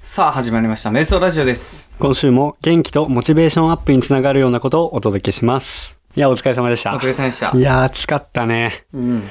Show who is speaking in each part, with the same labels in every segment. Speaker 1: さあ始まりました瞑想ラジオです
Speaker 2: 今週も元気とモチベーションアップにつながるようなことをお届けします。いや、お疲れ様でし
Speaker 1: お
Speaker 2: た。
Speaker 1: 疲れ様でした
Speaker 2: いやー、暑かったね。
Speaker 1: うんうん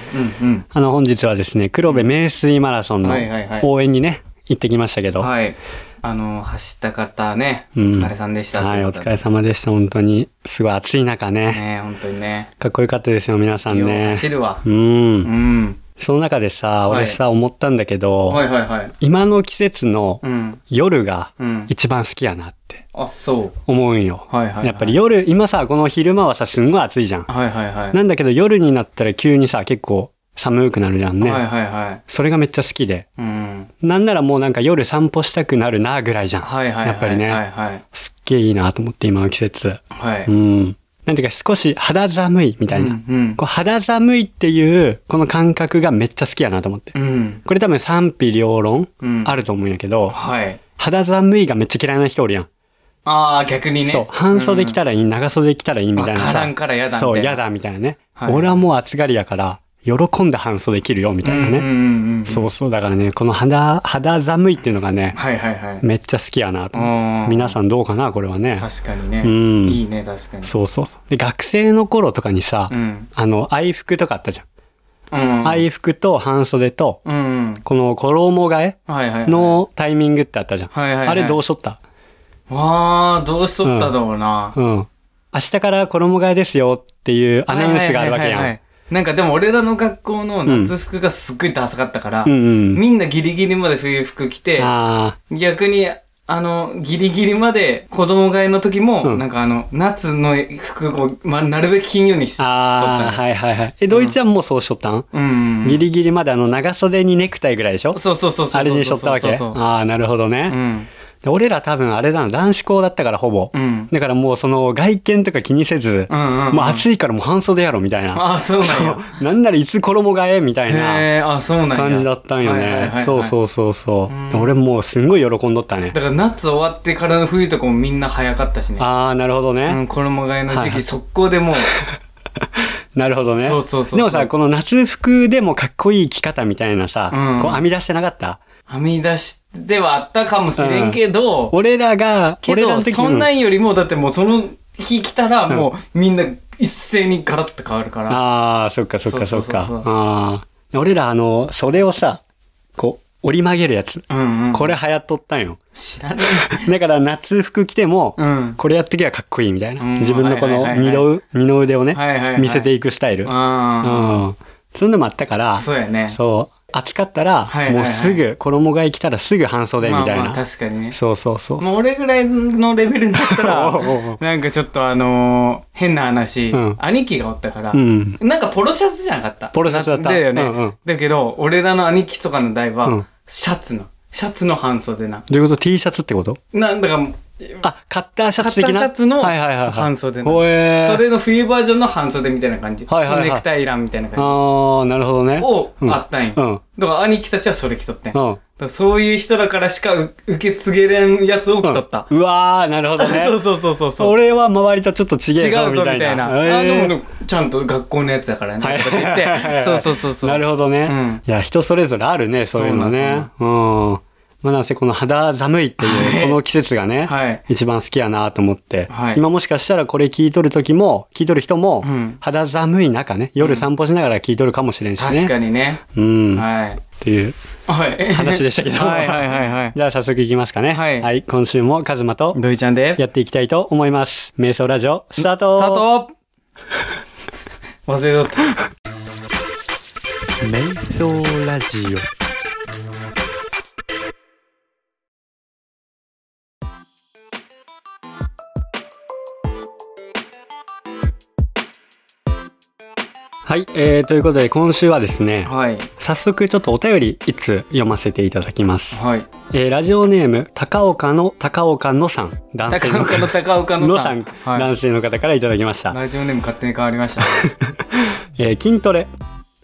Speaker 1: うん
Speaker 2: あの、本日はですね、黒部名水マラソンの
Speaker 1: はいはいはい
Speaker 2: 応援にね、行ってきましたけど。はい、
Speaker 1: はいあの走った方ねお
Speaker 2: うん
Speaker 1: 疲れさんでした
Speaker 2: お疲れ様でした。本当に。すごい暑い中ね。
Speaker 1: ね本当にね
Speaker 2: かっこよかったですよ、皆さん
Speaker 1: よう
Speaker 2: ね。
Speaker 1: 走るわ
Speaker 2: う。
Speaker 1: うんん
Speaker 2: その中でさ、
Speaker 1: はい
Speaker 2: 俺さ、思ったんだけど、
Speaker 1: はいはいはい
Speaker 2: 今の季節の
Speaker 1: うん
Speaker 2: 夜が
Speaker 1: うん
Speaker 2: 一番好きやなって
Speaker 1: あそう
Speaker 2: 思うんよ。
Speaker 1: はいはいはい
Speaker 2: やっぱり夜、今さ、この昼間はさ、すんごい暑いじゃん。
Speaker 1: はいはいはい
Speaker 2: なんだけど夜になったら急にさ、結構寒くなるじゃんね。
Speaker 1: はいはいはい
Speaker 2: それがめっちゃ好きで。
Speaker 1: うん
Speaker 2: なんならもうなんか夜散歩したくなるなぐらいじゃん。
Speaker 1: はいはいはい
Speaker 2: やっぱりね
Speaker 1: はいはい
Speaker 2: すっげえいいなと思って今の季節。
Speaker 1: はい
Speaker 2: うん。なんていうか少し肌寒いみたいな。
Speaker 1: うん
Speaker 2: こう肌寒いっていうこの感覚がめっちゃ好きやなと思って
Speaker 1: う。ん
Speaker 2: これ多分賛否両論
Speaker 1: うん
Speaker 2: あると思うんやけど、
Speaker 1: はい
Speaker 2: 肌寒いがめっちゃ嫌いな人おるやん。
Speaker 1: ああ逆にね
Speaker 2: そう。半袖着たらいい、長袖着たらいいみたいな
Speaker 1: わか
Speaker 2: さ
Speaker 1: らん。からやだみたいな
Speaker 2: そう、嫌だみたいなね。
Speaker 1: はい
Speaker 2: 俺はもう暑がりやから、喜んで半袖着るよみたいなね。
Speaker 1: うんうんうんうん
Speaker 2: そうそう、だからね、この肌、肌寒いっていうのがね、
Speaker 1: はいはいはい
Speaker 2: めっちゃ好きやなと思って。
Speaker 1: うん
Speaker 2: 皆さんどうかな、これはね。
Speaker 1: 確かにね、
Speaker 2: うん
Speaker 1: いいね確かに
Speaker 2: そうそうそう。で、学生の頃とかにさ、
Speaker 1: うん
Speaker 2: あの、愛服とかあったじゃん。
Speaker 1: うん
Speaker 2: 愛服と半袖と、
Speaker 1: うん
Speaker 2: この衣替え
Speaker 1: はいはいはい
Speaker 2: のタイミングってあったじゃん。
Speaker 1: はいはいはい
Speaker 2: あれどうしとった
Speaker 1: わあどうしとっただろうな、
Speaker 2: うん。明日から衣替えですよっていうアナウンスがあるわけや
Speaker 1: はいはいはいは
Speaker 2: ん
Speaker 1: い。なんかでも俺らの学校の夏服がすっごいダサかったから、
Speaker 2: うんうん。
Speaker 1: みんなギリギリまで冬服着て
Speaker 2: あ
Speaker 1: 逆にあのギリギリまで子供替えの時も、
Speaker 2: うん
Speaker 1: なんかあの夏の服を、ま、なるべく着んようにしし
Speaker 2: あ、
Speaker 1: とったの
Speaker 2: ああ、はいはいはい。え、ドイツはもうそうしとったん、
Speaker 1: うん
Speaker 2: ギリギリまであの、長袖にネクタイぐらいでしょ
Speaker 1: そうそうそうそうそう
Speaker 2: あれにしとったわけ
Speaker 1: そうそうそう
Speaker 2: ああ、なるほどね。
Speaker 1: うん
Speaker 2: で俺ら多分あれだな、男子校だったからほぼ。
Speaker 1: うん
Speaker 2: だからもうその外見とか気にせず、
Speaker 1: うんうんうん
Speaker 2: もう暑いからもう半袖やろみたいな。
Speaker 1: ああそうなんや
Speaker 2: そうなんならいつ衣替えみたいな
Speaker 1: へえあそうなんや
Speaker 2: 感じだったんよ
Speaker 1: はいはいはいは
Speaker 2: ね。
Speaker 1: い
Speaker 2: そうそうそうそうう。
Speaker 1: ん
Speaker 2: で俺もうすんごい喜んどったね
Speaker 1: だ。から夏終わってからの冬とかもみんな早かったしね
Speaker 2: ああ、なるほど
Speaker 1: う
Speaker 2: ね。
Speaker 1: ん、衣替えの時
Speaker 2: はいは
Speaker 1: 期
Speaker 2: い
Speaker 1: 速攻でもう、
Speaker 2: なるほどね。
Speaker 1: そうそうそうそう
Speaker 2: でもさ、この夏服でもかっこいい着方みたいなさ
Speaker 1: うん、
Speaker 2: こう編み出してなかった
Speaker 1: はみ出してはあったかもしれんけど、
Speaker 2: 俺らが、
Speaker 1: け
Speaker 2: 俺ら
Speaker 1: ど
Speaker 2: の時
Speaker 1: そんなんよりもだってもうその日来たらもうみんな一斉にガラッと変わるから、
Speaker 2: ああ、そっかそっかそ
Speaker 1: そ
Speaker 2: っ
Speaker 1: うそう
Speaker 2: か。
Speaker 1: そうそう
Speaker 2: ああ。俺ら、あの、袖をさ、こう、折り曲げるやつ。
Speaker 1: うんうん、
Speaker 2: これ流行っとったんよ。
Speaker 1: 知らね
Speaker 2: だから、夏服着ても
Speaker 1: え、うん
Speaker 2: これやってきゃかっこいいみたいな
Speaker 1: うん。
Speaker 2: 自分のこ
Speaker 1: はいは
Speaker 2: の
Speaker 1: いはいはい
Speaker 2: 二の二の腕をね
Speaker 1: はいはいは、い
Speaker 2: 見せていくスタイル。うん。
Speaker 1: あ
Speaker 2: そういうのもあったから
Speaker 1: あ、そうやね
Speaker 2: そう。暑かった
Speaker 1: はい
Speaker 2: ら
Speaker 1: はいは、い
Speaker 2: もうすぐ、衣替え着たらすぐ半袖みたい
Speaker 1: まあ、まあ
Speaker 2: な。
Speaker 1: 確かにね
Speaker 2: そうそうそう。
Speaker 1: もう俺ぐらいのレベルになったら
Speaker 2: おうおうおう
Speaker 1: なんかちょっとあのー変な話、
Speaker 2: うん
Speaker 1: 兄貴がおったから、
Speaker 2: うん。
Speaker 1: なんかポロシャツじゃなかった。
Speaker 2: ポロシャツだった
Speaker 1: だよね。
Speaker 2: うんうん
Speaker 1: だけど、俺らの兄貴とかの代は、
Speaker 2: うん
Speaker 1: シャツの、シャツの半袖な。
Speaker 2: どういうこと ?T シャツってこと
Speaker 1: なんだから、
Speaker 2: あ、カッターシャ
Speaker 1: カッ
Speaker 2: ツ
Speaker 1: タ
Speaker 2: 的
Speaker 1: ーシ
Speaker 2: な
Speaker 1: ャツの
Speaker 2: はいはいはいはい
Speaker 1: 半袖な。
Speaker 2: ほえー
Speaker 1: それの冬バージョンの半袖みたいな感じ。
Speaker 2: はいはいはい
Speaker 1: ネクタイ欄みたいな感
Speaker 2: ああ、なるほどね。
Speaker 1: じ。を、
Speaker 2: うん
Speaker 1: あったんよ、
Speaker 2: うん
Speaker 1: だから兄貴たちはそれ着とってん。だか
Speaker 2: うん。
Speaker 1: らそういう人らからしかう受け継げれんやつを着とった。
Speaker 2: うわー、なるほどね。
Speaker 1: そうそうそうそうそう。
Speaker 2: 俺は周りとちょっと違
Speaker 1: 違
Speaker 2: えぞ
Speaker 1: う
Speaker 2: み
Speaker 1: ぞ
Speaker 2: たい
Speaker 1: みたいな。
Speaker 2: な。えー
Speaker 1: あの、ちゃんと学校のやつだからね。
Speaker 2: はい
Speaker 1: とか言って。 そうそうそうそう。
Speaker 2: なるほどね。
Speaker 1: うん
Speaker 2: いや、人それぞれあるね、そういうのね。うん。まあ、なんせこの肌寒いって
Speaker 1: はい
Speaker 2: いう、この季節がね、
Speaker 1: はい
Speaker 2: 一番好きやなと思って、
Speaker 1: はい
Speaker 2: 今もしかしたらこれ聞いとる時も、聞いとる人も、
Speaker 1: うん
Speaker 2: 肌寒い中ね、夜散歩しながら聞いとるかもしれんしね。
Speaker 1: 確かにね。
Speaker 2: うん。っ
Speaker 1: はい。
Speaker 2: ていう。
Speaker 1: はい。
Speaker 2: 話でしたけど
Speaker 1: はいはいはいはい。
Speaker 2: じゃあ早速いきますかね。
Speaker 1: はい
Speaker 2: はい、今週もカズマと
Speaker 1: 土井ちゃんで。ス
Speaker 2: やっていきたいと思います。瞑想ラジオ、スター
Speaker 1: タ
Speaker 2: ト
Speaker 1: ート忘れとった。
Speaker 2: 瞑想ラジオ。はい、えー、ということで今週はですね、
Speaker 1: はい。
Speaker 2: 早速ちょっとお便りいつ読ませていただきます。
Speaker 1: はい。
Speaker 2: えー、ラジオネーム、高岡の高岡のさん、男性
Speaker 1: 高
Speaker 2: の
Speaker 1: 岡
Speaker 2: 方
Speaker 1: の高岡の
Speaker 2: の
Speaker 1: さ
Speaker 2: さ
Speaker 1: ん。
Speaker 2: ん、
Speaker 1: は
Speaker 2: 男性の方からいただきました
Speaker 1: い。。ラジオネーム勝手に変わりま したね。
Speaker 2: えー筋トレ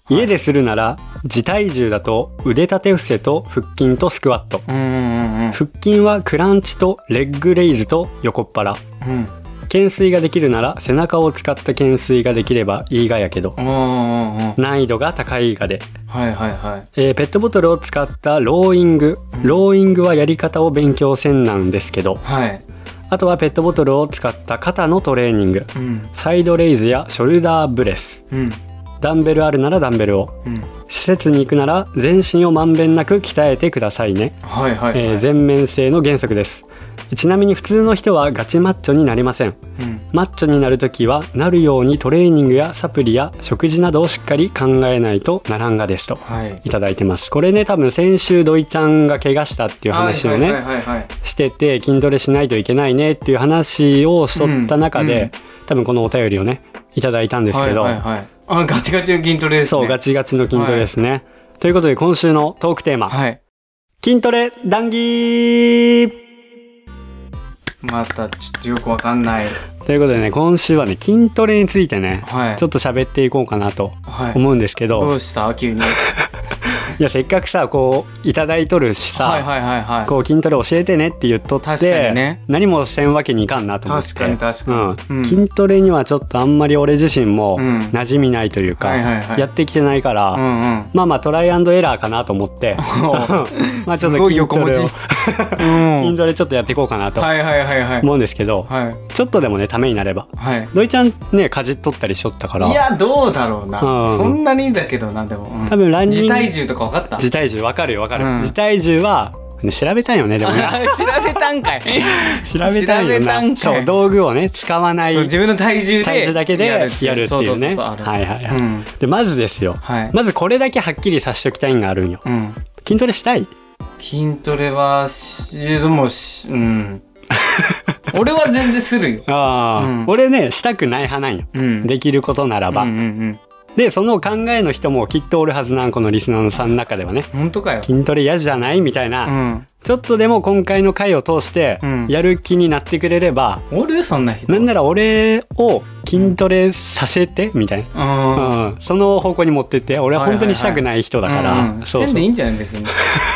Speaker 1: い
Speaker 2: 家でするなら自体重だと腕立て伏せと腹筋とスクワット
Speaker 1: うんうん
Speaker 2: 腹筋はクランチとレッグレイズと横っ腹
Speaker 1: うんうん。
Speaker 2: 懸垂ができるなら背中を使った懸垂ができればいいがやけど
Speaker 1: うん。うんうんうん。
Speaker 2: 難易度が高いがで、
Speaker 1: はいはいはい。
Speaker 2: えーペットボトルを使ったローイング
Speaker 1: うん
Speaker 2: ローイングはやり方を勉強せんなんですけど
Speaker 1: はい。
Speaker 2: あとはペットボトルを使った肩のトレーニング
Speaker 1: うん。
Speaker 2: サイドレイズやショルダーブレス
Speaker 1: うん。
Speaker 2: ダンベルあるならダンベルを
Speaker 1: うん。
Speaker 2: 施設に行くなら全身をまんべんなく鍛えてくださいね、
Speaker 1: はいはい、はい。
Speaker 2: えー全面性の原則ですちなみに普通の人はガチマッチョになれません
Speaker 1: うん。
Speaker 2: マッチョになるときはなるようにトレーニングやサプリや食事などをしっかり考えないとならんがですと
Speaker 1: はい。
Speaker 2: いただいてますこれね多分先週土井ちゃんが怪我したっていう話をね、
Speaker 1: はいはいはいはいはい。
Speaker 2: してて筋トレしないといけないねっていう話をしとった中で、
Speaker 1: うんうん
Speaker 2: 多分このお便りをねいただいたんですけど、
Speaker 1: はいはいはい。あ、ガチガチの筋トレです、ね。
Speaker 2: そうガ
Speaker 1: チ。
Speaker 2: チガチの筋トレですね、ということで今週のトークテーマ、
Speaker 1: はい。
Speaker 2: 筋トレ談義
Speaker 1: また、ちょっとよくわかんない。
Speaker 2: ということでね今週はね筋トレについてね、
Speaker 1: はい。
Speaker 2: ちょっと喋っていこうかなと
Speaker 1: はい。
Speaker 2: 思うんですけど、
Speaker 1: ど
Speaker 2: いう
Speaker 1: した急に。
Speaker 2: やせっかくさこういただいとるしさ、
Speaker 1: はいはいはいはい。
Speaker 2: こう筋トレ教えてねって言っとって
Speaker 1: 確かにね
Speaker 2: 何もせんわけにいかんなと思って
Speaker 1: 確かに確かに
Speaker 2: うん
Speaker 1: うん
Speaker 2: 筋トレにはちょっとあんまり俺自身も
Speaker 1: うん
Speaker 2: 馴染みないというか、
Speaker 1: はいはいはい
Speaker 2: やってきてないから、
Speaker 1: うんうん。
Speaker 2: まあまあトライアンドエラーかなと思って
Speaker 1: お
Speaker 2: まあちょ
Speaker 1: す
Speaker 2: っと
Speaker 1: ごい
Speaker 2: 筋
Speaker 1: 横
Speaker 2: ト
Speaker 1: 文字。
Speaker 2: レを
Speaker 1: う
Speaker 2: 筋
Speaker 1: ん。
Speaker 2: トレちょっとやっていこうかなと
Speaker 1: はいはいはいはい。
Speaker 2: 思うんですけど、
Speaker 1: はい。
Speaker 2: ちょっとでもねためになれば
Speaker 1: はい。
Speaker 2: 土井ちゃんねかじっとったりしとったから
Speaker 1: いやどうだろうな、
Speaker 2: うん
Speaker 1: そんなにだけどなでも、うん
Speaker 2: 多分ランニング
Speaker 1: 自体重とか分かった
Speaker 2: 自体重わかるよわかる、
Speaker 1: うん
Speaker 2: 自体重は、ね、調べたいよねでもね
Speaker 1: 調べたんかい
Speaker 2: 調べたいよ
Speaker 1: 調べたん
Speaker 2: な
Speaker 1: かい
Speaker 2: そう道具をね使わない
Speaker 1: そう自分の体重で
Speaker 2: 体重だけでやるっていうね
Speaker 1: そうそうそうそうあ
Speaker 2: はい
Speaker 1: る
Speaker 2: はいはい、
Speaker 1: うん
Speaker 2: でまずですよ
Speaker 1: はい、
Speaker 2: まずこれだけはっきりさしときたいんがあるんよ
Speaker 1: うん、
Speaker 2: 筋トレしたい
Speaker 1: 筋トレはしでもしうん 俺は全然するよ
Speaker 2: ああ、
Speaker 1: うん
Speaker 2: 俺ねしたくない派なんよ、
Speaker 1: うん
Speaker 2: できることならば、
Speaker 1: うんうんうん
Speaker 2: でその考えの人もきっとおるはずなんこのリスナーさんの中ではね
Speaker 1: 本当かよ
Speaker 2: 筋トレ嫌じゃないみたいな、
Speaker 1: うん
Speaker 2: ちょっとでも今回の回を通して
Speaker 1: うん
Speaker 2: やる気になってくれれば、
Speaker 1: おるそんな人
Speaker 2: なんなら俺を筋トレさせてみたい
Speaker 1: うん
Speaker 2: な、うんその方向に持ってって俺は本当にしたくない人だから、
Speaker 1: うんうん
Speaker 2: そう
Speaker 1: せ
Speaker 2: そ
Speaker 1: んでいいうんじゃない別 に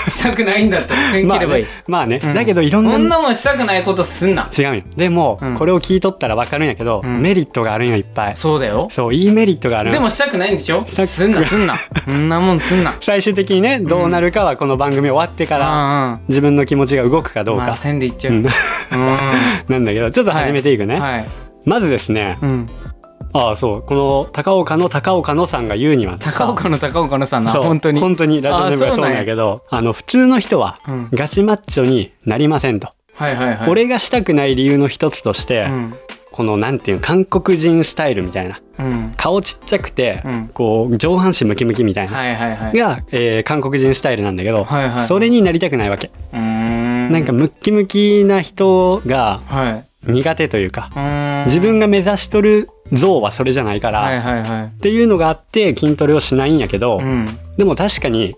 Speaker 1: したくないんだったらせん
Speaker 2: ま
Speaker 1: 切
Speaker 2: あ
Speaker 1: ればいい、
Speaker 2: ねまあね、
Speaker 1: うん
Speaker 2: だけどいろんな
Speaker 1: こんなもんしたくないことすんな
Speaker 2: 違うんよでも、
Speaker 1: うん
Speaker 2: これを聞いとったら分かるんやけど、
Speaker 1: うん
Speaker 2: メリットがあるんよいっぱい
Speaker 1: そうだよ
Speaker 2: そういいメリットがあるん
Speaker 1: でもしたくないんでしょ
Speaker 2: したく
Speaker 1: すんなすんなそんなもんすんな
Speaker 2: 最終的にねどうなるかはこの番組終わってから、
Speaker 1: あ
Speaker 2: 自分の気持ちが動くかどうか、
Speaker 1: まあ線でいっちゃう、
Speaker 2: う
Speaker 1: うんん、
Speaker 2: なんだけどちょっと始めていくね、
Speaker 1: はい、
Speaker 2: まずですね
Speaker 1: うん、
Speaker 2: ああそうこの高岡の高岡のさんが言うには
Speaker 1: 高岡の高岡のさんな
Speaker 2: そう
Speaker 1: 本当に
Speaker 2: 本当にラジオネームが
Speaker 1: あ
Speaker 2: そ
Speaker 1: そうう
Speaker 2: な
Speaker 1: なんんや
Speaker 2: やけどあの普通の人は
Speaker 1: うん
Speaker 2: ガチマッチョになりませんと、
Speaker 1: はいはいはい
Speaker 2: 俺がしたくない理由の一つとして、
Speaker 1: うん
Speaker 2: このなんていうの韓国人スタイルみたいな
Speaker 1: うん
Speaker 2: 顔ちっちゃくて、
Speaker 1: うん
Speaker 2: こう上半身ムキムキみたいな、
Speaker 1: はいはいはい
Speaker 2: が、えー韓国人スタイルなんだけど、
Speaker 1: はいはい
Speaker 2: それになりたくないわけ、
Speaker 1: うーん
Speaker 2: なんかムッキムキな人が
Speaker 1: はいう
Speaker 2: 苦手というか、
Speaker 1: ーん
Speaker 2: 自分が目指しとる像はそれじゃないから、
Speaker 1: はいはいはい
Speaker 2: っていうのがあって筋トレをしないんやけど、
Speaker 1: うん
Speaker 2: でも確かに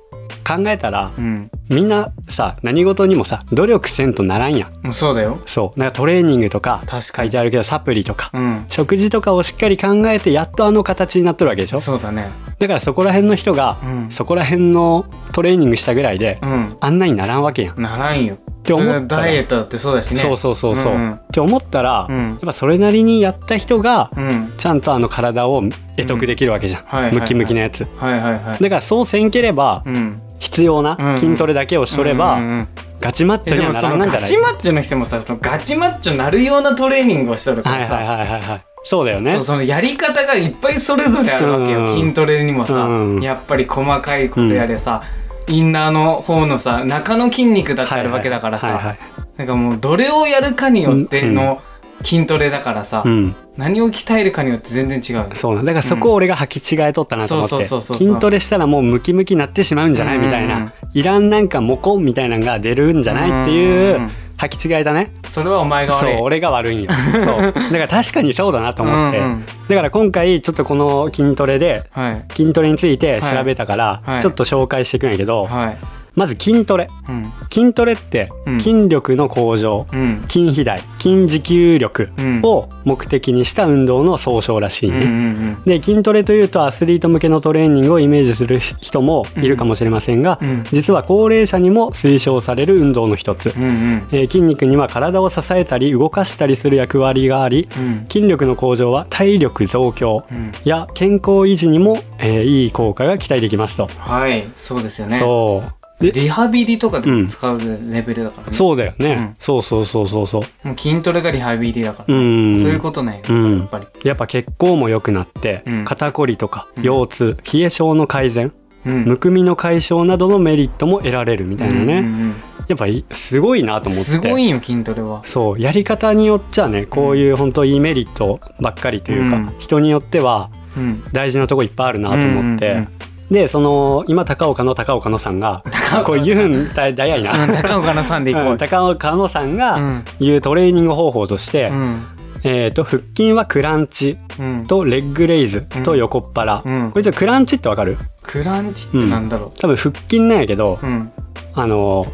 Speaker 2: 考えたら
Speaker 1: うん
Speaker 2: みんなさ何事にもさ努力せんとならんやん
Speaker 1: もうそうだよ
Speaker 2: そうなんかトレーニングとか
Speaker 1: 確か
Speaker 2: 書い
Speaker 1: に
Speaker 2: てあるけどサプリとか、
Speaker 1: うん
Speaker 2: 食事とかをしっかり考えてやっとあの形になっとるわけでしょ
Speaker 1: そうだね
Speaker 2: だからそこら辺の人が、
Speaker 1: うん
Speaker 2: そこら辺のトレーニングしたぐらいで、
Speaker 1: うん
Speaker 2: あんなにならんわけやん、
Speaker 1: ならんよ
Speaker 2: て思った
Speaker 1: それ
Speaker 2: ら
Speaker 1: はダイエットだってそうだしね
Speaker 2: そうそうそうそう、
Speaker 1: うんうん
Speaker 2: って思ったら、
Speaker 1: うん
Speaker 2: やっぱそれなりにやった人が
Speaker 1: うん
Speaker 2: ちゃんとあの体を得得できるわけじゃん、
Speaker 1: はいはいはい
Speaker 2: ムキムキなやつ
Speaker 1: はいはいはい
Speaker 2: だからそうせんければ
Speaker 1: うん
Speaker 2: 必要な筋トレだけをしとれば、
Speaker 1: うんうんうん
Speaker 2: ガチマッチョ
Speaker 1: で
Speaker 2: に
Speaker 1: も
Speaker 2: はな
Speaker 1: そ
Speaker 2: ら
Speaker 1: の
Speaker 2: んなんじゃ
Speaker 1: ガ
Speaker 2: ない
Speaker 1: チマッチョの人もさそのガチマッチョなるようなトレーニングをしたとか
Speaker 2: はい
Speaker 1: らさ、
Speaker 2: はいはいはいはいそうだよね
Speaker 1: そうそのやり方がいっぱいそれぞれあるわけよ、
Speaker 2: うん
Speaker 1: 筋トレにもさ、
Speaker 2: うん
Speaker 1: やっぱり細かいことやれさ、インナーの方のさ中の筋肉だってあるわけだからさ、
Speaker 2: はいはいはいはい
Speaker 1: なんかもうどれをやるかによっての筋トレだからさ、
Speaker 2: うん、
Speaker 1: 何を鍛えるかによって全然違うよね
Speaker 2: そうなんだからそこを俺が履き違えとったなと思っ
Speaker 1: そう
Speaker 2: て
Speaker 1: そうそうそうそう
Speaker 2: 筋トレしたらもうムキムキになってしまうんじゃないみたい
Speaker 1: うんうん
Speaker 2: なイランなんかモコみたいなのが出るんじゃないっていう
Speaker 1: うんうん
Speaker 2: 履き違えたね
Speaker 1: それはお前が
Speaker 2: そう
Speaker 1: 悪い
Speaker 2: 俺が悪いんよそうだから確かにそうだなと思って
Speaker 1: うんうん
Speaker 2: だから今回ちょっとこの筋トレで
Speaker 1: はい
Speaker 2: 筋トレについて調べたから、
Speaker 1: はいはい
Speaker 2: ちょっと紹介していくんやけど、
Speaker 1: はい
Speaker 2: まず筋トレ
Speaker 1: うん
Speaker 2: 筋トレって
Speaker 1: うん
Speaker 2: 筋力の向上、
Speaker 1: うん
Speaker 2: 筋肥大筋持久力
Speaker 1: うん
Speaker 2: を目的にした運動の総称らしい
Speaker 1: うんう
Speaker 2: ね、
Speaker 1: んうん
Speaker 2: で筋トレというとアスリート向けのトレーニングをイメージする人もいるかもしれませんが、
Speaker 1: うん
Speaker 2: 実は高齢者にも推奨される運動の一つ、
Speaker 1: うんうん
Speaker 2: えー筋肉には体を支えたり動かしたりする役割があり
Speaker 1: うん
Speaker 2: 筋力の向上は体力増強
Speaker 1: うん
Speaker 2: や健康維持にも、えーいい効果が期待できますと、
Speaker 1: はいそうですよね
Speaker 2: そうで
Speaker 1: リハビリとか
Speaker 2: う
Speaker 1: で
Speaker 2: ん
Speaker 1: 使うレベルだからね。
Speaker 2: そうだよね、
Speaker 1: うん
Speaker 2: そうそうそうそうそう
Speaker 1: もう筋トレがリハビリだから。
Speaker 2: うん
Speaker 1: そういうことないよ、
Speaker 2: うん
Speaker 1: やっぱり。
Speaker 2: やっぱ血行も良くなって、
Speaker 1: うん
Speaker 2: 肩こりとか
Speaker 1: うん
Speaker 2: 腰痛、冷え症の改善、
Speaker 1: うん。
Speaker 2: むくみの解消などのメリットも得られるみたいなね、
Speaker 1: うんうん
Speaker 2: やっぱりすごいな
Speaker 1: う
Speaker 2: と
Speaker 1: ん
Speaker 2: 思って
Speaker 1: すごいよ、筋トレは。
Speaker 2: そうやり方によっちゃねこういう本当いいメリットばっかりというか、
Speaker 1: うん
Speaker 2: 人によっては
Speaker 1: うん。
Speaker 2: 大事なとこいっぱいあるなと思っ
Speaker 1: う
Speaker 2: て、
Speaker 1: んうんうん
Speaker 2: でその今高岡の高岡野さんがこう言うんだだやいな、
Speaker 1: うん高岡のさんでいこう
Speaker 2: う。ん高岡野さん
Speaker 1: う
Speaker 2: が
Speaker 1: ん。
Speaker 2: 言うトレーニング方法として、
Speaker 1: うん。
Speaker 2: えー、と腹筋はクランチ
Speaker 1: うん。
Speaker 2: とレッグレイズと横っ腹、
Speaker 1: うん
Speaker 2: これじゃクランチってわかる
Speaker 1: クランチってなんだろ
Speaker 2: 多分腹筋なんやけど
Speaker 1: う。、うん。
Speaker 2: あの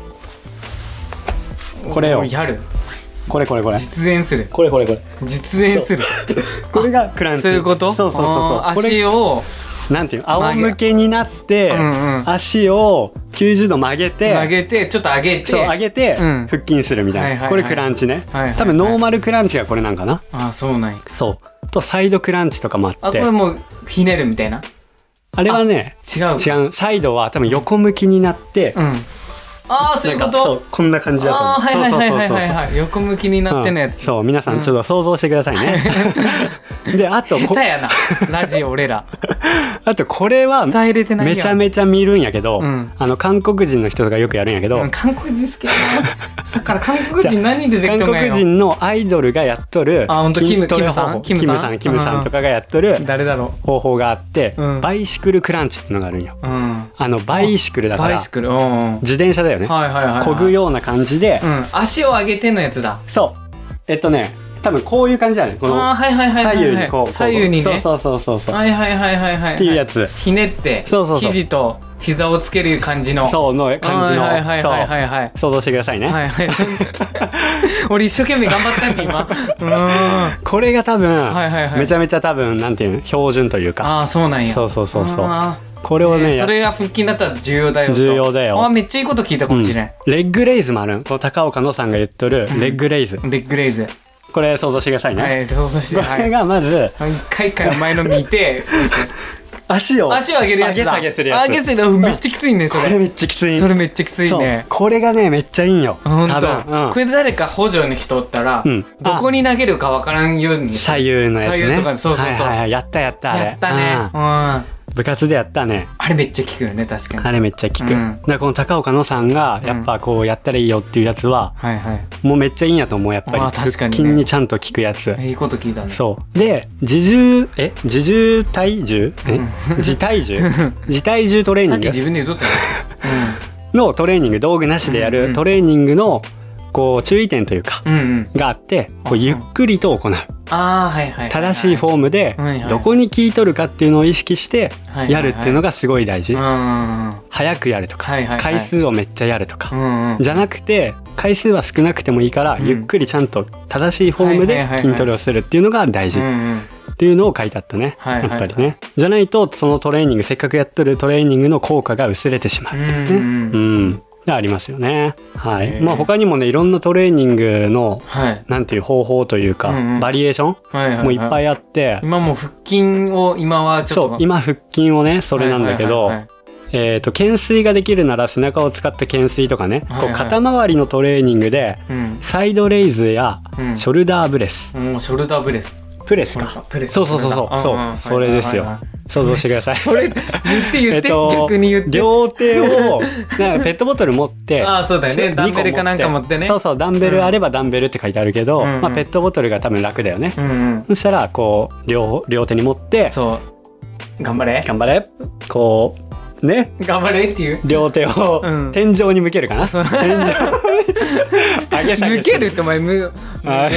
Speaker 2: これを
Speaker 1: おやる。
Speaker 2: これこれこれ
Speaker 1: 実演する。
Speaker 2: これこれこれ
Speaker 1: 実演する。
Speaker 2: これがクランチ
Speaker 1: そういうこと
Speaker 2: そうそうそうそう
Speaker 1: あー
Speaker 2: これ
Speaker 1: 足を、
Speaker 2: なんていうの仰向けになって、
Speaker 1: うんうん
Speaker 2: 足を90度曲げて
Speaker 1: 曲げて、ちょっと上げて。
Speaker 2: そう上げて
Speaker 1: うん
Speaker 2: 腹筋するみたいな、
Speaker 1: はいはいはい
Speaker 2: これクランチね、
Speaker 1: はいはいはい
Speaker 2: 多分ノーマルクランチがこれなんかな
Speaker 1: あ、そうなんや。
Speaker 2: そうとサイドクランチとかもあって
Speaker 1: あ、
Speaker 2: あ
Speaker 1: これもう、ひねるみたいな。
Speaker 2: れはね
Speaker 1: 違う。
Speaker 2: 違うサイドは多分横向きになって、
Speaker 1: うん。ああ、そういうこ
Speaker 2: なんかそ
Speaker 1: と
Speaker 2: う。こんな感じだと思
Speaker 1: あ
Speaker 2: う
Speaker 1: あー、はいはいはいはい
Speaker 2: そうそう
Speaker 1: は
Speaker 2: そう
Speaker 1: い
Speaker 2: そう
Speaker 1: はい。横向きになってのや
Speaker 2: うん
Speaker 1: つ。
Speaker 2: そう皆さんちょっと想像してくださいね、 であとこ
Speaker 1: 下手 やな。ラジオ俺ら。
Speaker 2: あとこれは
Speaker 1: 伝えれてないやん
Speaker 2: めちゃめちゃ見るんやけど、
Speaker 1: うん
Speaker 2: あの韓国人の人とかよくやるんやけど、
Speaker 1: うん韓国人好きや な。さっきから韓国人何出てき
Speaker 2: 韓
Speaker 1: たの
Speaker 2: 国
Speaker 1: よ。
Speaker 2: 人のアイドルがやっとる
Speaker 1: あほんとキム
Speaker 2: 筋トレ方法
Speaker 1: キ
Speaker 2: キ
Speaker 1: ム
Speaker 2: ム
Speaker 1: さ
Speaker 2: さ
Speaker 1: ん
Speaker 2: ん
Speaker 1: キ
Speaker 2: キ
Speaker 1: ムさん
Speaker 2: ムさんとかがやっとる
Speaker 1: 誰だろ
Speaker 2: 方法があって、
Speaker 1: うん
Speaker 2: バイシクルクランチってのがあるんよ
Speaker 1: う。うん。
Speaker 2: あのバイシクルだか
Speaker 1: バ
Speaker 2: ら
Speaker 1: イシクル。うんうん。はい
Speaker 2: 自転車だよね
Speaker 1: はいはいはい。
Speaker 2: 漕ぐ。ような感じで、
Speaker 1: うん。足を上げてのやつだ。
Speaker 2: そうえっとね多分こういう感じだねこ
Speaker 1: ああ、
Speaker 2: の
Speaker 1: はいはいはいはいはい。
Speaker 2: 左右にこうこう
Speaker 1: 左右にね。
Speaker 2: そうそうそうそうそう
Speaker 1: はいはいはいはいはい。
Speaker 2: っていうやつ
Speaker 1: ひねって、
Speaker 2: そうそうそう
Speaker 1: 肘と膝をつける感じの。
Speaker 2: そうの感じの
Speaker 1: はいはいはいはいはい。
Speaker 2: そう想像してくださいね、
Speaker 1: はいはい。 俺一生懸命頑張ったんで 今。うーん。
Speaker 2: これが多分、
Speaker 1: いはいはい
Speaker 2: めちゃめちゃ多分なんていうの標準というか
Speaker 1: ああそうなんや。
Speaker 2: そうそうそうそう
Speaker 1: あ
Speaker 2: これ
Speaker 1: ー
Speaker 2: をね、
Speaker 1: えー
Speaker 2: や
Speaker 1: それが腹筋だったら重要だよと。
Speaker 2: 重要だよ
Speaker 1: あーめっちゃいいこと聞いたか
Speaker 2: う
Speaker 1: も
Speaker 2: ん
Speaker 1: しれん。
Speaker 2: レッグレイズもあるこの高岡野さんが言っとるレッグレイズ、
Speaker 1: レッグレイズ。
Speaker 2: これ想像してくださいね、
Speaker 1: はい、そうそうして。は
Speaker 2: これ
Speaker 1: い。
Speaker 2: がまず
Speaker 1: 一回一回前の見て、
Speaker 2: 足を
Speaker 1: 足を上げるやつだ。
Speaker 2: 上げ下げするやつ
Speaker 1: 上げするやつめっちゃきついね、そ
Speaker 2: これ
Speaker 1: れ。
Speaker 2: めっちゃきつい
Speaker 1: それめっちゃきついね
Speaker 2: そう。これがねめっちゃいいんよ
Speaker 1: ほん
Speaker 2: 多分、
Speaker 1: と。これ誰か補助の人おったら
Speaker 2: うん、
Speaker 1: どこに投げるかわからんように。
Speaker 2: 左右のやつ
Speaker 1: 左右
Speaker 2: ね
Speaker 1: とかそうそうそう
Speaker 2: はいはいはい、やったやったあれ
Speaker 1: やったね。う
Speaker 2: う
Speaker 1: ん。
Speaker 2: ん
Speaker 1: あ
Speaker 2: 部活でやったね
Speaker 1: れめっちゃ効くよね、確かに。
Speaker 2: あれめっちゃ効く、
Speaker 1: うん
Speaker 2: だからこの高岡野さんがやっぱこうやったらいいよっていうやつは、
Speaker 1: はいはい。
Speaker 2: もうめっちゃいいんやと思うやっぱり
Speaker 1: あー確かにね
Speaker 2: 腹筋にちゃんと効くやつ、
Speaker 1: いいこと聞いたね。
Speaker 2: そうで自重え自重体重え自 体重自体重トレー
Speaker 1: さ
Speaker 2: ニ
Speaker 1: っ
Speaker 2: ン
Speaker 1: き自
Speaker 2: グ
Speaker 1: 分で言うとったよ。
Speaker 2: のトレーニング道具なしでや
Speaker 1: うんうん
Speaker 2: るトレーニングのこう注意点というか
Speaker 1: うん。うんうん。
Speaker 2: があってこ
Speaker 1: あ
Speaker 2: うゆっくりと行う
Speaker 1: ああ、はいはいはいはい。
Speaker 2: 正しいフォ
Speaker 1: ー
Speaker 2: ームで
Speaker 1: はいはい
Speaker 2: どこに効いとるかっていうのを意識して
Speaker 1: はいはいはい
Speaker 2: やるっていうのがすごい大事
Speaker 1: うんうんうん。
Speaker 2: 早くやるとか
Speaker 1: はいはいはい
Speaker 2: 回数をめっちゃやると
Speaker 1: う
Speaker 2: か
Speaker 1: んうん。
Speaker 2: じゃなくて回数は少なくてもいいから
Speaker 1: うん
Speaker 2: ゆっくりちゃんと正しいフォーム
Speaker 1: は
Speaker 2: で
Speaker 1: いはいはいはい
Speaker 2: 筋トレをするっていうのが大事
Speaker 1: うんうん。
Speaker 2: っていうのを書いてあったね、
Speaker 1: はいはい
Speaker 2: やっぱりねじゃないとそのトレーニングせっかくやってるトレーニングの効果が薄れてしまう
Speaker 1: う
Speaker 2: ってい
Speaker 1: んう
Speaker 2: うね
Speaker 1: ん
Speaker 2: う
Speaker 1: うん。
Speaker 2: ん、がありますよねは
Speaker 1: へ
Speaker 2: い
Speaker 1: ー
Speaker 2: まあ他にもねいろんなトレーニングの
Speaker 1: はい。
Speaker 2: なんていう方法というか、
Speaker 1: うんうん
Speaker 2: バリエーショ
Speaker 1: はいはいは
Speaker 2: ンもいっぱ
Speaker 1: い。
Speaker 2: いあって、
Speaker 1: 今もう腹筋を今はちょっ
Speaker 2: そ
Speaker 1: と。
Speaker 2: う今腹筋をねそれなんだけ
Speaker 1: はい
Speaker 2: ど、
Speaker 1: はいはい
Speaker 2: えー、と懸垂ができるなら背中を使った懸垂とかね、
Speaker 1: はい
Speaker 2: こ
Speaker 1: はい
Speaker 2: う肩周りのトレーニングで
Speaker 1: はいうん。
Speaker 2: サイドレイズや
Speaker 1: うん
Speaker 2: ショルダーブレス、
Speaker 1: もうショルダーブレス。
Speaker 2: プレス
Speaker 1: これ
Speaker 2: か
Speaker 1: か。プレス。
Speaker 2: そうそうそうそうそうそれですよ想像してください
Speaker 1: それ言って言
Speaker 2: え
Speaker 1: っ
Speaker 2: ってと
Speaker 1: 逆に言って。
Speaker 2: 両手をなんかペットボトル持っ て
Speaker 1: ああそうだよね。ダンベルかなんか持ってね。
Speaker 2: そうそうダンベルあればダンベルって書いてあるけど、
Speaker 1: うんうん
Speaker 2: まあ、ペットボトルが多分楽だよね、
Speaker 1: うんうん。
Speaker 2: そしたらこう両方両手に持って
Speaker 1: そう。頑張れ。
Speaker 2: 頑張れこうね
Speaker 1: 頑張れっていう。
Speaker 2: 両手を
Speaker 1: うん
Speaker 2: 天井に向けるかな、
Speaker 1: そう
Speaker 2: 天井に上げ下げ
Speaker 1: 抜けるってお前む。
Speaker 2: あ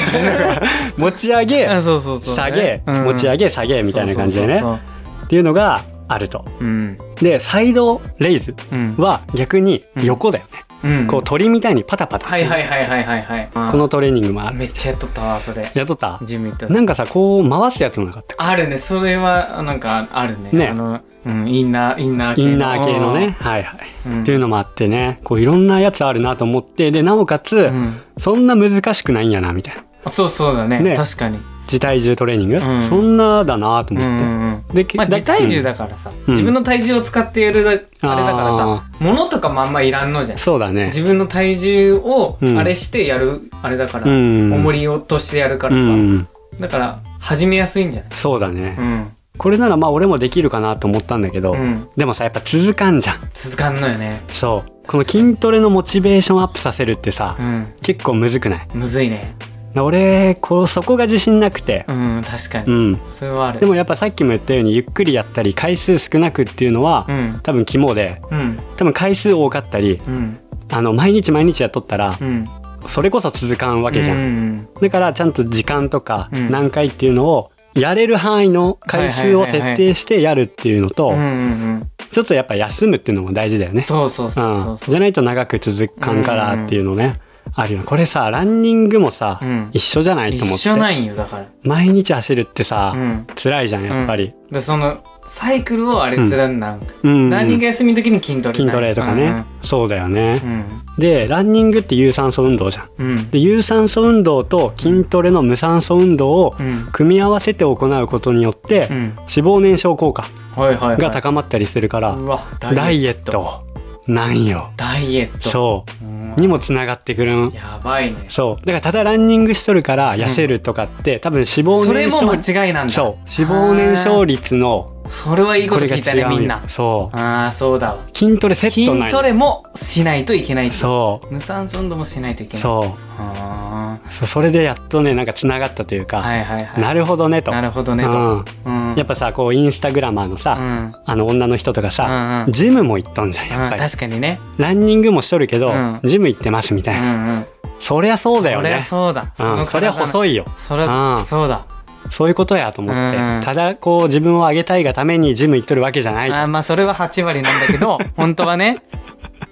Speaker 2: 持ち上げ
Speaker 1: あそうそうそう。
Speaker 2: 下げ、
Speaker 1: うん
Speaker 2: 持ち上げ下げみたいな感じでね
Speaker 1: そうそう
Speaker 2: っていうのがあると
Speaker 1: そううん。
Speaker 2: でサイドレイズ
Speaker 1: うん。
Speaker 2: は逆に横だよね、
Speaker 1: うん
Speaker 2: こう鳥みたいにパタパタ、
Speaker 1: はいはいはいはいはいはい。
Speaker 2: このトレーニングもあ
Speaker 1: あ
Speaker 2: る
Speaker 1: めっちゃやっとったわそれ。
Speaker 2: やっとった
Speaker 1: ジム行った時
Speaker 2: なんかさこう回すやつもなかった
Speaker 1: あるねそれはなんかあるね。
Speaker 2: ね
Speaker 1: あのうんインナーインナー系
Speaker 2: イ
Speaker 1: の
Speaker 2: ンナー系のね。はいはい、
Speaker 1: うん
Speaker 2: っていうのもあってねこういろんなやつあるなと思ってでなおかつ、
Speaker 1: うん
Speaker 2: そんな難しくないんやなみたいな
Speaker 1: あそうそうだね
Speaker 2: ね
Speaker 1: 確かに。
Speaker 2: 自体重トレーニング、
Speaker 1: ん
Speaker 2: そんなだなと
Speaker 1: うんう
Speaker 2: 思って、
Speaker 1: んうん
Speaker 2: でけ
Speaker 1: まあ、
Speaker 2: だ
Speaker 1: 自体重だからさ、
Speaker 2: うん
Speaker 1: 自分の体重を使ってやるだあれだからさ物とかもあんまいらんのじゃん
Speaker 2: そうだね
Speaker 1: 自分の体重を
Speaker 2: うん
Speaker 1: あれしてやる、あれだから、
Speaker 2: うん
Speaker 1: 重りをとしてやるから
Speaker 2: う
Speaker 1: さ、
Speaker 2: ん
Speaker 1: だから始めやすいんじゃない
Speaker 2: そうだね、
Speaker 1: うん、
Speaker 2: これならまあ俺もできるかなと思ったんだけど、
Speaker 1: うん、
Speaker 2: でもさやっぱ続かんじゃん
Speaker 1: 続かんのよね
Speaker 2: そうこの筋トレのモチベーションアップさせるってさ、
Speaker 1: うん
Speaker 2: 結構むずくない
Speaker 1: むずいね
Speaker 2: 俺こうそこが自信なくて
Speaker 1: うん確か
Speaker 2: う
Speaker 1: に、
Speaker 2: ん、
Speaker 1: それはある
Speaker 2: でもやっぱさっきも言ったようにゆっくりやったり回数少なくっていうのは、
Speaker 1: うん
Speaker 2: 多分肝で
Speaker 1: うん
Speaker 2: 多分回数多かったり
Speaker 1: うん
Speaker 2: あの毎日毎日やっとったら
Speaker 1: うん
Speaker 2: それこそ続かんわけじゃん、
Speaker 1: うん
Speaker 2: だからちゃんと時間とか
Speaker 1: うん
Speaker 2: 何回っていうのをやれる範囲の回数を設定してやるっていうのと、
Speaker 1: うんうんうんうん
Speaker 2: ちょっとやっぱ休むっていうのも大事だよね
Speaker 1: そうそうそううんそうそう
Speaker 2: じゃないと長く続かんからっていうのね、あるよねこれさランニングもさ、
Speaker 1: うん
Speaker 2: 一緒じゃないと思
Speaker 1: 一
Speaker 2: っ
Speaker 1: 緒
Speaker 2: て
Speaker 1: ないんよだから
Speaker 2: 毎日走るってさ、
Speaker 1: うん
Speaker 2: 辛いじゃんやっぱり、
Speaker 1: でそのサイクルをあれするんだ、
Speaker 2: うん
Speaker 1: ランニング休みの時に筋トレ
Speaker 2: 筋トレとかね、そうだよね、
Speaker 1: うん
Speaker 2: でランニングって有酸素運動じゃん
Speaker 1: うんうん
Speaker 2: で有酸素運動と筋トレの無酸素運動を
Speaker 1: うん
Speaker 2: 組み合わせて行うことによって、
Speaker 1: うん、
Speaker 2: 脂肪燃焼効果
Speaker 1: はいはい、はい、
Speaker 2: が高まったりするから、
Speaker 1: うわ
Speaker 2: ダイエットなんよ
Speaker 1: ダイエット
Speaker 2: そう
Speaker 1: うん
Speaker 2: にもつながってくるん
Speaker 1: やばいね
Speaker 2: そうだからただランニングしとるから痩せるとかって、多分脂肪
Speaker 1: それ
Speaker 2: 燃
Speaker 1: も
Speaker 2: 焼
Speaker 1: 間違いなんだ
Speaker 2: そう脂肪燃焼率の
Speaker 1: それはいい
Speaker 2: こ
Speaker 1: こと
Speaker 2: れが
Speaker 1: 聞いた
Speaker 2: 違
Speaker 1: ね
Speaker 2: う
Speaker 1: みん
Speaker 2: んよ
Speaker 1: な
Speaker 2: そう
Speaker 1: ああそうだわ
Speaker 2: 筋トレセッ
Speaker 1: 筋
Speaker 2: トない
Speaker 1: トレもしないといけない
Speaker 2: そ
Speaker 1: 無酸素運動もしないといけ
Speaker 2: う
Speaker 1: ない
Speaker 2: そう
Speaker 1: あ
Speaker 2: そうそれでやっとねなんかつながったというか、
Speaker 1: ーはいはいはい
Speaker 2: なるほどねと
Speaker 1: なるほどねと、うん
Speaker 2: うん、やっぱさこうインスタグラマーのさ、
Speaker 1: うん
Speaker 2: あの女の人とかさ、
Speaker 1: うんうん
Speaker 2: ジムも行っとんじゃんやっ
Speaker 1: う
Speaker 2: ぱ
Speaker 1: ん
Speaker 2: り、
Speaker 1: 確かにね
Speaker 2: ランニングもしとるけど、
Speaker 1: うん
Speaker 2: ジム行ってますみた
Speaker 1: う
Speaker 2: いな、
Speaker 1: んうん
Speaker 2: そりゃそうだよ
Speaker 1: そりゃ
Speaker 2: ね
Speaker 1: そうだ
Speaker 2: そ,、うん、そりゃ細
Speaker 1: い
Speaker 2: いよ
Speaker 1: そり
Speaker 2: う
Speaker 1: ゃ
Speaker 2: ん
Speaker 1: そうだ
Speaker 2: そういうことやと思って、
Speaker 1: うんうん
Speaker 2: ただこう自分を上げたいがためにジム行っとるわけじゃない、
Speaker 1: あーまあそれは8割なんだけ ど本当はね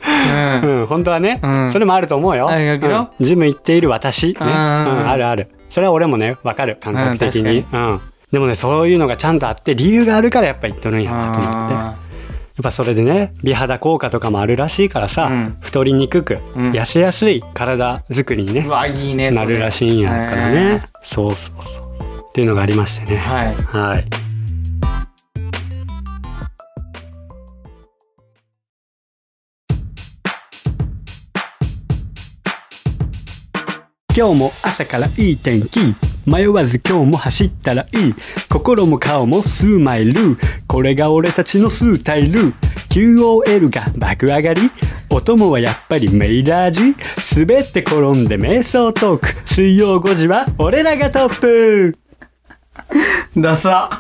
Speaker 1: うん
Speaker 2: うん、本当はね、
Speaker 1: うん
Speaker 2: それもあると思うよ、
Speaker 1: あるよ
Speaker 2: うんジム行っている私、ね
Speaker 1: うんうんうん
Speaker 2: あるあるそれは俺もねわかる感覚的に,、
Speaker 1: うん
Speaker 2: うんでもねそういうのがちゃんとあって理由があるからやっぱ行っとるんやなと思ってやっ
Speaker 1: あ
Speaker 2: ぱそれでね美肌効果とかもあるらしいからさ、
Speaker 1: うん
Speaker 2: 太りにくく、
Speaker 1: うん
Speaker 2: 痩せやすい体作りにね
Speaker 1: ーうわいいね
Speaker 2: なるらしいんやからね、そうそうそうっていうのがありましてね
Speaker 1: それはい
Speaker 2: はい今日も朝からいい天気迷わず今日も走ったらいい心も顔も数マイルこれが俺たちのスタイル QOL が爆上がりお供はやっぱりメイラージ滑って転んで瞑想トーク水曜5時は俺らがトップ
Speaker 1: ダサ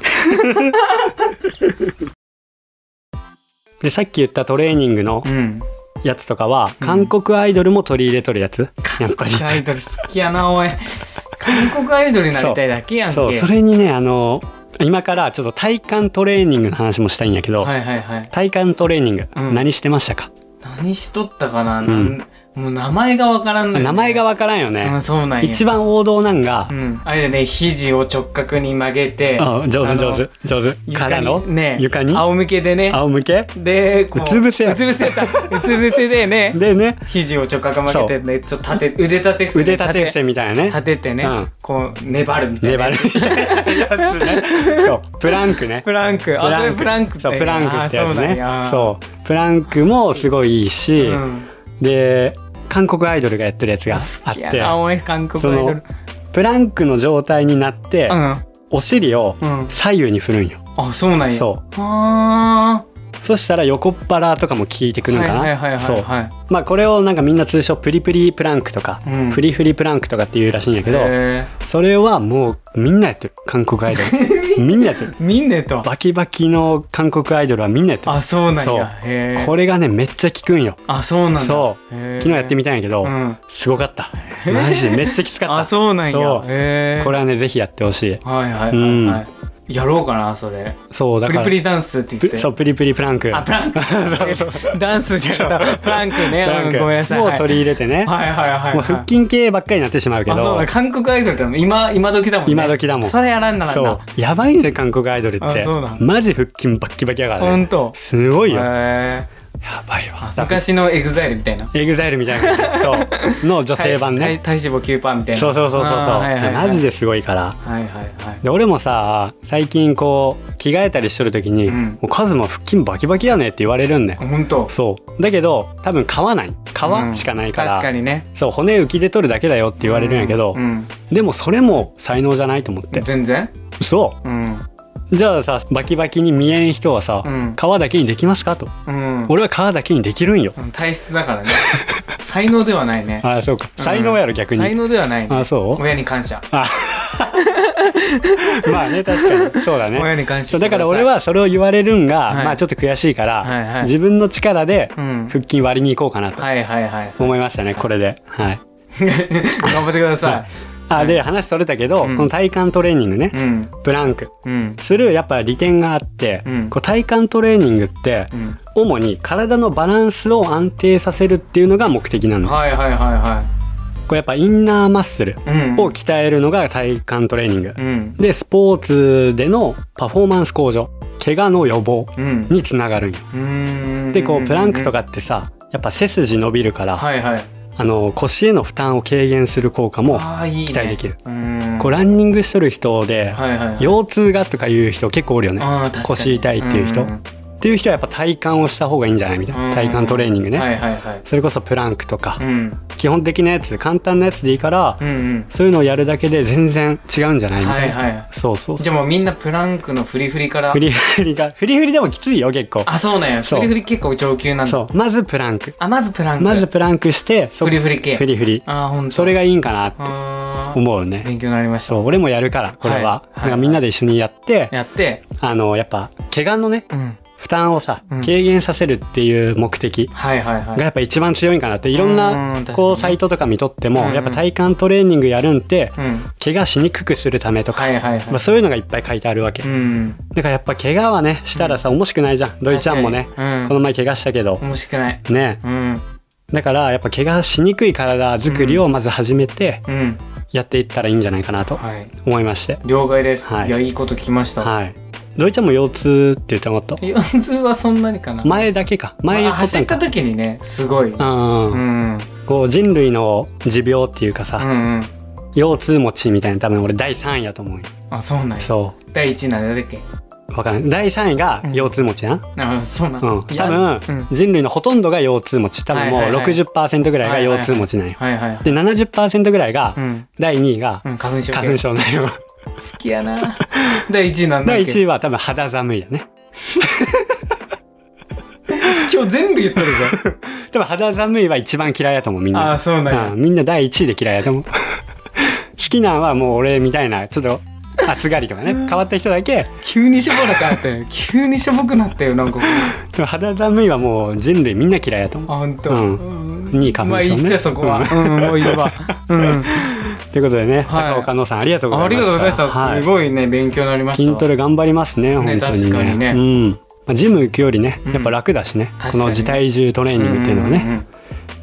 Speaker 2: でさっき言ったトレーニングの
Speaker 1: うん
Speaker 2: やつとかは、韓国アイドルも取り入れとるやつやっぱり
Speaker 1: 韓国アイドル好きやなおい韓国アイドルになりたいだけやんけ
Speaker 2: そうそれにねあの今からちょっと体幹トレーニングの話もしたいんやけど、
Speaker 1: はいはいはい
Speaker 2: 体幹トレーニング、
Speaker 1: うん
Speaker 2: 何してましたか
Speaker 1: 何しとったかな、
Speaker 2: ん
Speaker 1: なんもう名前がわからんのよね
Speaker 2: 名前がわからんよ
Speaker 1: う
Speaker 2: ね
Speaker 1: ん、、そうなんや
Speaker 2: 一番王道なんが
Speaker 1: う、ん、あれだね肘を直角に曲げて
Speaker 2: あ上
Speaker 1: あ
Speaker 2: 手
Speaker 1: の
Speaker 2: 上手上手
Speaker 1: 床
Speaker 2: から
Speaker 1: に
Speaker 2: の
Speaker 1: ね
Speaker 2: 床に
Speaker 1: 仰向けでね
Speaker 2: 仰向け
Speaker 1: でこう
Speaker 2: うつ伏せ
Speaker 1: うつ伏せだうつ伏せでね
Speaker 2: でね
Speaker 1: 肘を直角曲げてねちょっと立て腕立て伏せ
Speaker 2: 腕立て伏せみたいなね
Speaker 1: 立ててね、
Speaker 2: うん
Speaker 1: こう粘るみたいな
Speaker 2: 粘るみたい なやつねそうプランクね
Speaker 1: プランクあそれプランク
Speaker 2: そうプランクってやつ
Speaker 1: あ
Speaker 2: ね
Speaker 1: ーそう
Speaker 2: そうプランクもすごいいいし、
Speaker 1: なんやうん
Speaker 2: で韓国アイドルがやってるやつがあ
Speaker 1: 好
Speaker 2: っ
Speaker 1: きやな
Speaker 2: て
Speaker 1: おい韓国
Speaker 2: そ
Speaker 1: アイド
Speaker 2: の
Speaker 1: ル
Speaker 2: プランクの状態になって、
Speaker 1: うん
Speaker 2: お尻を
Speaker 1: うん
Speaker 2: 左右に振るんよ、
Speaker 1: あそうなんや
Speaker 2: そ
Speaker 1: は
Speaker 2: うそしたら横っ腹とかも効いてく
Speaker 1: ー
Speaker 2: るん
Speaker 1: はい
Speaker 2: かな、
Speaker 1: はいはいはい
Speaker 2: そう
Speaker 1: はい
Speaker 2: まあこれをなんかみんな通称プリプリプランクとか、
Speaker 1: うん
Speaker 2: フリフリプランクとかっていうらしいんやけど
Speaker 1: へ
Speaker 2: それはもうみんなやってる韓国アイド ルみんなやってる
Speaker 1: ー見んねと
Speaker 2: バキバキの韓国アイドルはみんなやってる
Speaker 1: あそうなん
Speaker 2: そう
Speaker 1: やへー
Speaker 2: これがねめっちゃ効くんよ
Speaker 1: あそうなんだ
Speaker 2: そう
Speaker 1: 昨
Speaker 2: 昨日やってみ
Speaker 1: た
Speaker 2: たんやけど、
Speaker 1: うん
Speaker 2: すごかったマジでめっちゃきつかった
Speaker 1: あそうなん
Speaker 2: そう
Speaker 1: やへー
Speaker 2: これはねぜひやってほしい
Speaker 1: はいはいはいはいやろうかなそれ
Speaker 2: そうだ
Speaker 1: プ
Speaker 2: から
Speaker 1: リプリダンスって
Speaker 2: プ
Speaker 1: 言っ
Speaker 2: リ
Speaker 1: て
Speaker 2: そうプリプリプランク
Speaker 1: あプ ランクダンスじゃなかったプランクね
Speaker 2: プランク
Speaker 1: うんごめんなさい
Speaker 2: もう
Speaker 1: はい
Speaker 2: 取り入れてね、
Speaker 1: はいはいはいはい
Speaker 2: もう腹筋系ばっかりになってしまうけ
Speaker 1: あそう
Speaker 2: ど
Speaker 1: だ韓国アイドルって今今時だもんね
Speaker 2: 今時だもん
Speaker 1: それやらんならん
Speaker 2: そう
Speaker 1: な
Speaker 2: やばいんですよ韓国アイドルって
Speaker 1: あそうなん
Speaker 2: マジ腹筋バッキバキやから
Speaker 1: ほ
Speaker 2: ね
Speaker 1: んと
Speaker 2: すごいよ
Speaker 1: へ
Speaker 2: へやばいわ
Speaker 1: 昔のエグザイルみたいな
Speaker 2: エグザイルみたいなそうの女性 版
Speaker 1: 体
Speaker 2: ね
Speaker 1: 体脂肪9%みたいな
Speaker 2: そうそうそうそうそう、
Speaker 1: あーはいはいはい
Speaker 2: マジですごいから
Speaker 1: はいはいはい
Speaker 2: で俺もさ最近こう着替えたりしとる時に「
Speaker 1: うん
Speaker 2: もうカズマ腹筋バキバキやね」って言われるんだよ
Speaker 1: あ本当
Speaker 2: そうだけど多分皮ない
Speaker 1: うん
Speaker 2: 皮しかないから、
Speaker 1: 確かにね
Speaker 2: そう骨浮き出とるだけだよって言われるんやけど、
Speaker 1: うんうん
Speaker 2: でもそれも才能じゃないと思って
Speaker 1: 全然
Speaker 2: そ
Speaker 1: うん
Speaker 2: うじゃあさバキバキに見えん人はさ、
Speaker 1: うん
Speaker 2: 皮だけにできますかと
Speaker 1: うん
Speaker 2: 俺は皮だけにできるんよ、
Speaker 1: うん体質だ からね才能ではないね
Speaker 2: ああそうか才能やろ逆に、
Speaker 1: 才能ではないね
Speaker 2: ああ そう
Speaker 1: 親に感謝
Speaker 2: まあね確かにそうだね
Speaker 1: 親に感謝
Speaker 2: そう
Speaker 1: して
Speaker 2: だ
Speaker 1: くさ
Speaker 2: か
Speaker 1: い
Speaker 2: ら俺はそれを言われるんが、
Speaker 1: はい
Speaker 2: まあちょっと悔しいから、
Speaker 1: はいはい
Speaker 2: 自分の力で
Speaker 1: うん
Speaker 2: 腹筋割りに行こうかなと
Speaker 1: はいはいはい
Speaker 2: 思いましたね、これではい
Speaker 1: 頑張ってくだ さ
Speaker 2: あで話それたけど、
Speaker 1: うん
Speaker 2: この体幹トレーニングね
Speaker 1: い、うん
Speaker 2: プランク
Speaker 1: うん
Speaker 2: するやっぱ利点があって、
Speaker 1: うん
Speaker 2: こう体幹トレーニングって
Speaker 1: うん
Speaker 2: 主に体のバランスを安定させるっていうのが目的なの、
Speaker 1: はいはいはいは
Speaker 2: こうやっぱインナーマッスル
Speaker 1: いうん
Speaker 2: を鍛えるのが体幹トレーニング、
Speaker 1: うん
Speaker 2: でスポーツでのパフォーマンス向上怪我の予防
Speaker 1: うん
Speaker 2: につながるんよ
Speaker 1: うん
Speaker 2: でこうプランクとかってさやっぱ背筋伸びるから、
Speaker 1: はいはい
Speaker 2: あの腰への負担を軽減する効果も
Speaker 1: あーいいね
Speaker 2: 期待できる
Speaker 1: うん
Speaker 2: こうランニングしとる人で、
Speaker 1: はいはいはい
Speaker 2: 腰痛がとかいう人結構おるよね
Speaker 1: あー確かに
Speaker 2: 腰痛いっていう人
Speaker 1: んん
Speaker 2: っていう人はやっぱ体幹をした方がいいんじゃないみたいな
Speaker 1: うん
Speaker 2: 体幹トレーニングね、
Speaker 1: はいはいはい
Speaker 2: それこそプランクとか、
Speaker 1: うん
Speaker 2: 基本的なやつ簡単なやつでいいから、
Speaker 1: うんうん
Speaker 2: そういうのをやるだけで全然違うんじゃないみ
Speaker 1: は
Speaker 2: たい
Speaker 1: い
Speaker 2: な、
Speaker 1: はい
Speaker 2: そうそう
Speaker 1: じ
Speaker 2: そう
Speaker 1: ゃあもうみんなプランクのフリフリから
Speaker 2: フリフリがフリフリでもきついよ結構
Speaker 1: あそうなんやフ
Speaker 2: そう
Speaker 1: リフリ結構上級なんだ
Speaker 2: そうまずプランク
Speaker 1: あまずプランク
Speaker 2: まずプランクしてそ
Speaker 1: フリフリ系
Speaker 2: フリフリ
Speaker 1: ああほんと
Speaker 2: それがいいんかなって
Speaker 1: あー
Speaker 2: 思うね
Speaker 1: 勉強になりまし
Speaker 2: そう俺もやるからこれは
Speaker 1: は、い
Speaker 2: なんかみんなで一緒にやって
Speaker 1: たやって
Speaker 2: あのやっぱ怪我のね
Speaker 1: うん
Speaker 2: 負担をさ、
Speaker 1: うん
Speaker 2: 軽減させるっていう目的
Speaker 1: はいはい
Speaker 2: が
Speaker 1: は
Speaker 2: やっぱ一番強いんかなっていろん
Speaker 1: うん
Speaker 2: な
Speaker 1: 確かに
Speaker 2: こ
Speaker 1: ね
Speaker 2: うサイトとか見とっても
Speaker 1: うんうん
Speaker 2: やっぱ体幹トレーニングやるんって
Speaker 1: いうん
Speaker 2: 怪我しにくくするためとか、
Speaker 1: はいはいはい
Speaker 2: まあ、そういうのがいっぱい書いてあるわけ、
Speaker 1: うん
Speaker 2: だからやっぱ怪我はねしたらさ面しくないじゃん土井ちゃんもね
Speaker 1: 確かにうん
Speaker 2: この前怪我したけど
Speaker 1: 面白くない
Speaker 2: ね
Speaker 1: うん
Speaker 2: だからやっぱ怪我しにくい体作りをまず始めて
Speaker 1: うん
Speaker 2: やっていったらいいんじゃないかなと
Speaker 1: はい
Speaker 2: 思いまして
Speaker 1: 了解です
Speaker 2: はい
Speaker 1: いやいいこと聞きました
Speaker 2: はい土井ちゃんも腰痛って言っても らった
Speaker 1: 腰痛はそんなにかな
Speaker 2: 前だけか
Speaker 1: ま
Speaker 2: 前言
Speaker 1: あ
Speaker 2: っとっ
Speaker 1: 走
Speaker 2: た
Speaker 1: っ
Speaker 2: んか
Speaker 1: た時にねすごいうん
Speaker 2: うん
Speaker 1: う
Speaker 2: うん
Speaker 1: ん
Speaker 2: こう人類の持病っていうか
Speaker 1: う
Speaker 2: さ、
Speaker 1: ん
Speaker 2: 腰痛持ちみたいな多分俺第3位やと思うよ
Speaker 1: あそうなんや
Speaker 2: そ
Speaker 1: 第一位なんだっけ
Speaker 2: う分からん第3位が
Speaker 1: うん
Speaker 2: 腰痛持ちな、
Speaker 1: あそうなん
Speaker 2: うん、
Speaker 1: いや
Speaker 2: 多分
Speaker 1: うん
Speaker 2: 人類のほとんどが腰痛持ち多分もう
Speaker 1: はいはいはい
Speaker 2: 60%ぐらいが腰痛持ちなんよ、
Speaker 1: はいはい
Speaker 2: で70%ぐらいが、
Speaker 1: うん
Speaker 2: 第2位が
Speaker 1: うん花粉症
Speaker 2: 花
Speaker 1: 症
Speaker 2: 粉症なんよ
Speaker 1: 好きやな 第一位なんだっ
Speaker 2: 第
Speaker 1: け
Speaker 2: 1位は多分肌寒いよね
Speaker 1: 今日全部言ってるじ
Speaker 2: 多分肌寒いは一番嫌いやと思うみん
Speaker 1: ゃんあ
Speaker 2: な
Speaker 1: あそうなんや
Speaker 2: うんみんな第1位で嫌いやと 思う好きなんはもう俺みたいなちょっと暑がりとかね変わった人だけ
Speaker 1: 急にしょぼらくなったよ急にしょぼくなったよなんかこう
Speaker 2: でも肌寒いはもう人類みんな嫌いやと思う
Speaker 1: あほんと
Speaker 2: う
Speaker 1: う
Speaker 2: ん
Speaker 1: ん
Speaker 2: 二位花粉症ね
Speaker 1: まあいっちゃそこはうんもういいわ うん
Speaker 2: ということでね、
Speaker 1: はい
Speaker 2: 高岡のさんありがとうござい
Speaker 1: あ
Speaker 2: ま
Speaker 1: り
Speaker 2: し
Speaker 1: が
Speaker 2: た
Speaker 1: とうございました
Speaker 2: は
Speaker 1: すごいね勉強になりました
Speaker 2: 筋ト
Speaker 1: レ
Speaker 2: レ頑張りますね本当にね
Speaker 1: 確かにね
Speaker 2: うんまあジム行くよりね
Speaker 1: うん
Speaker 2: やっぱ楽だしね、
Speaker 1: 確かに
Speaker 2: この自体重トレーニングっていうのはね、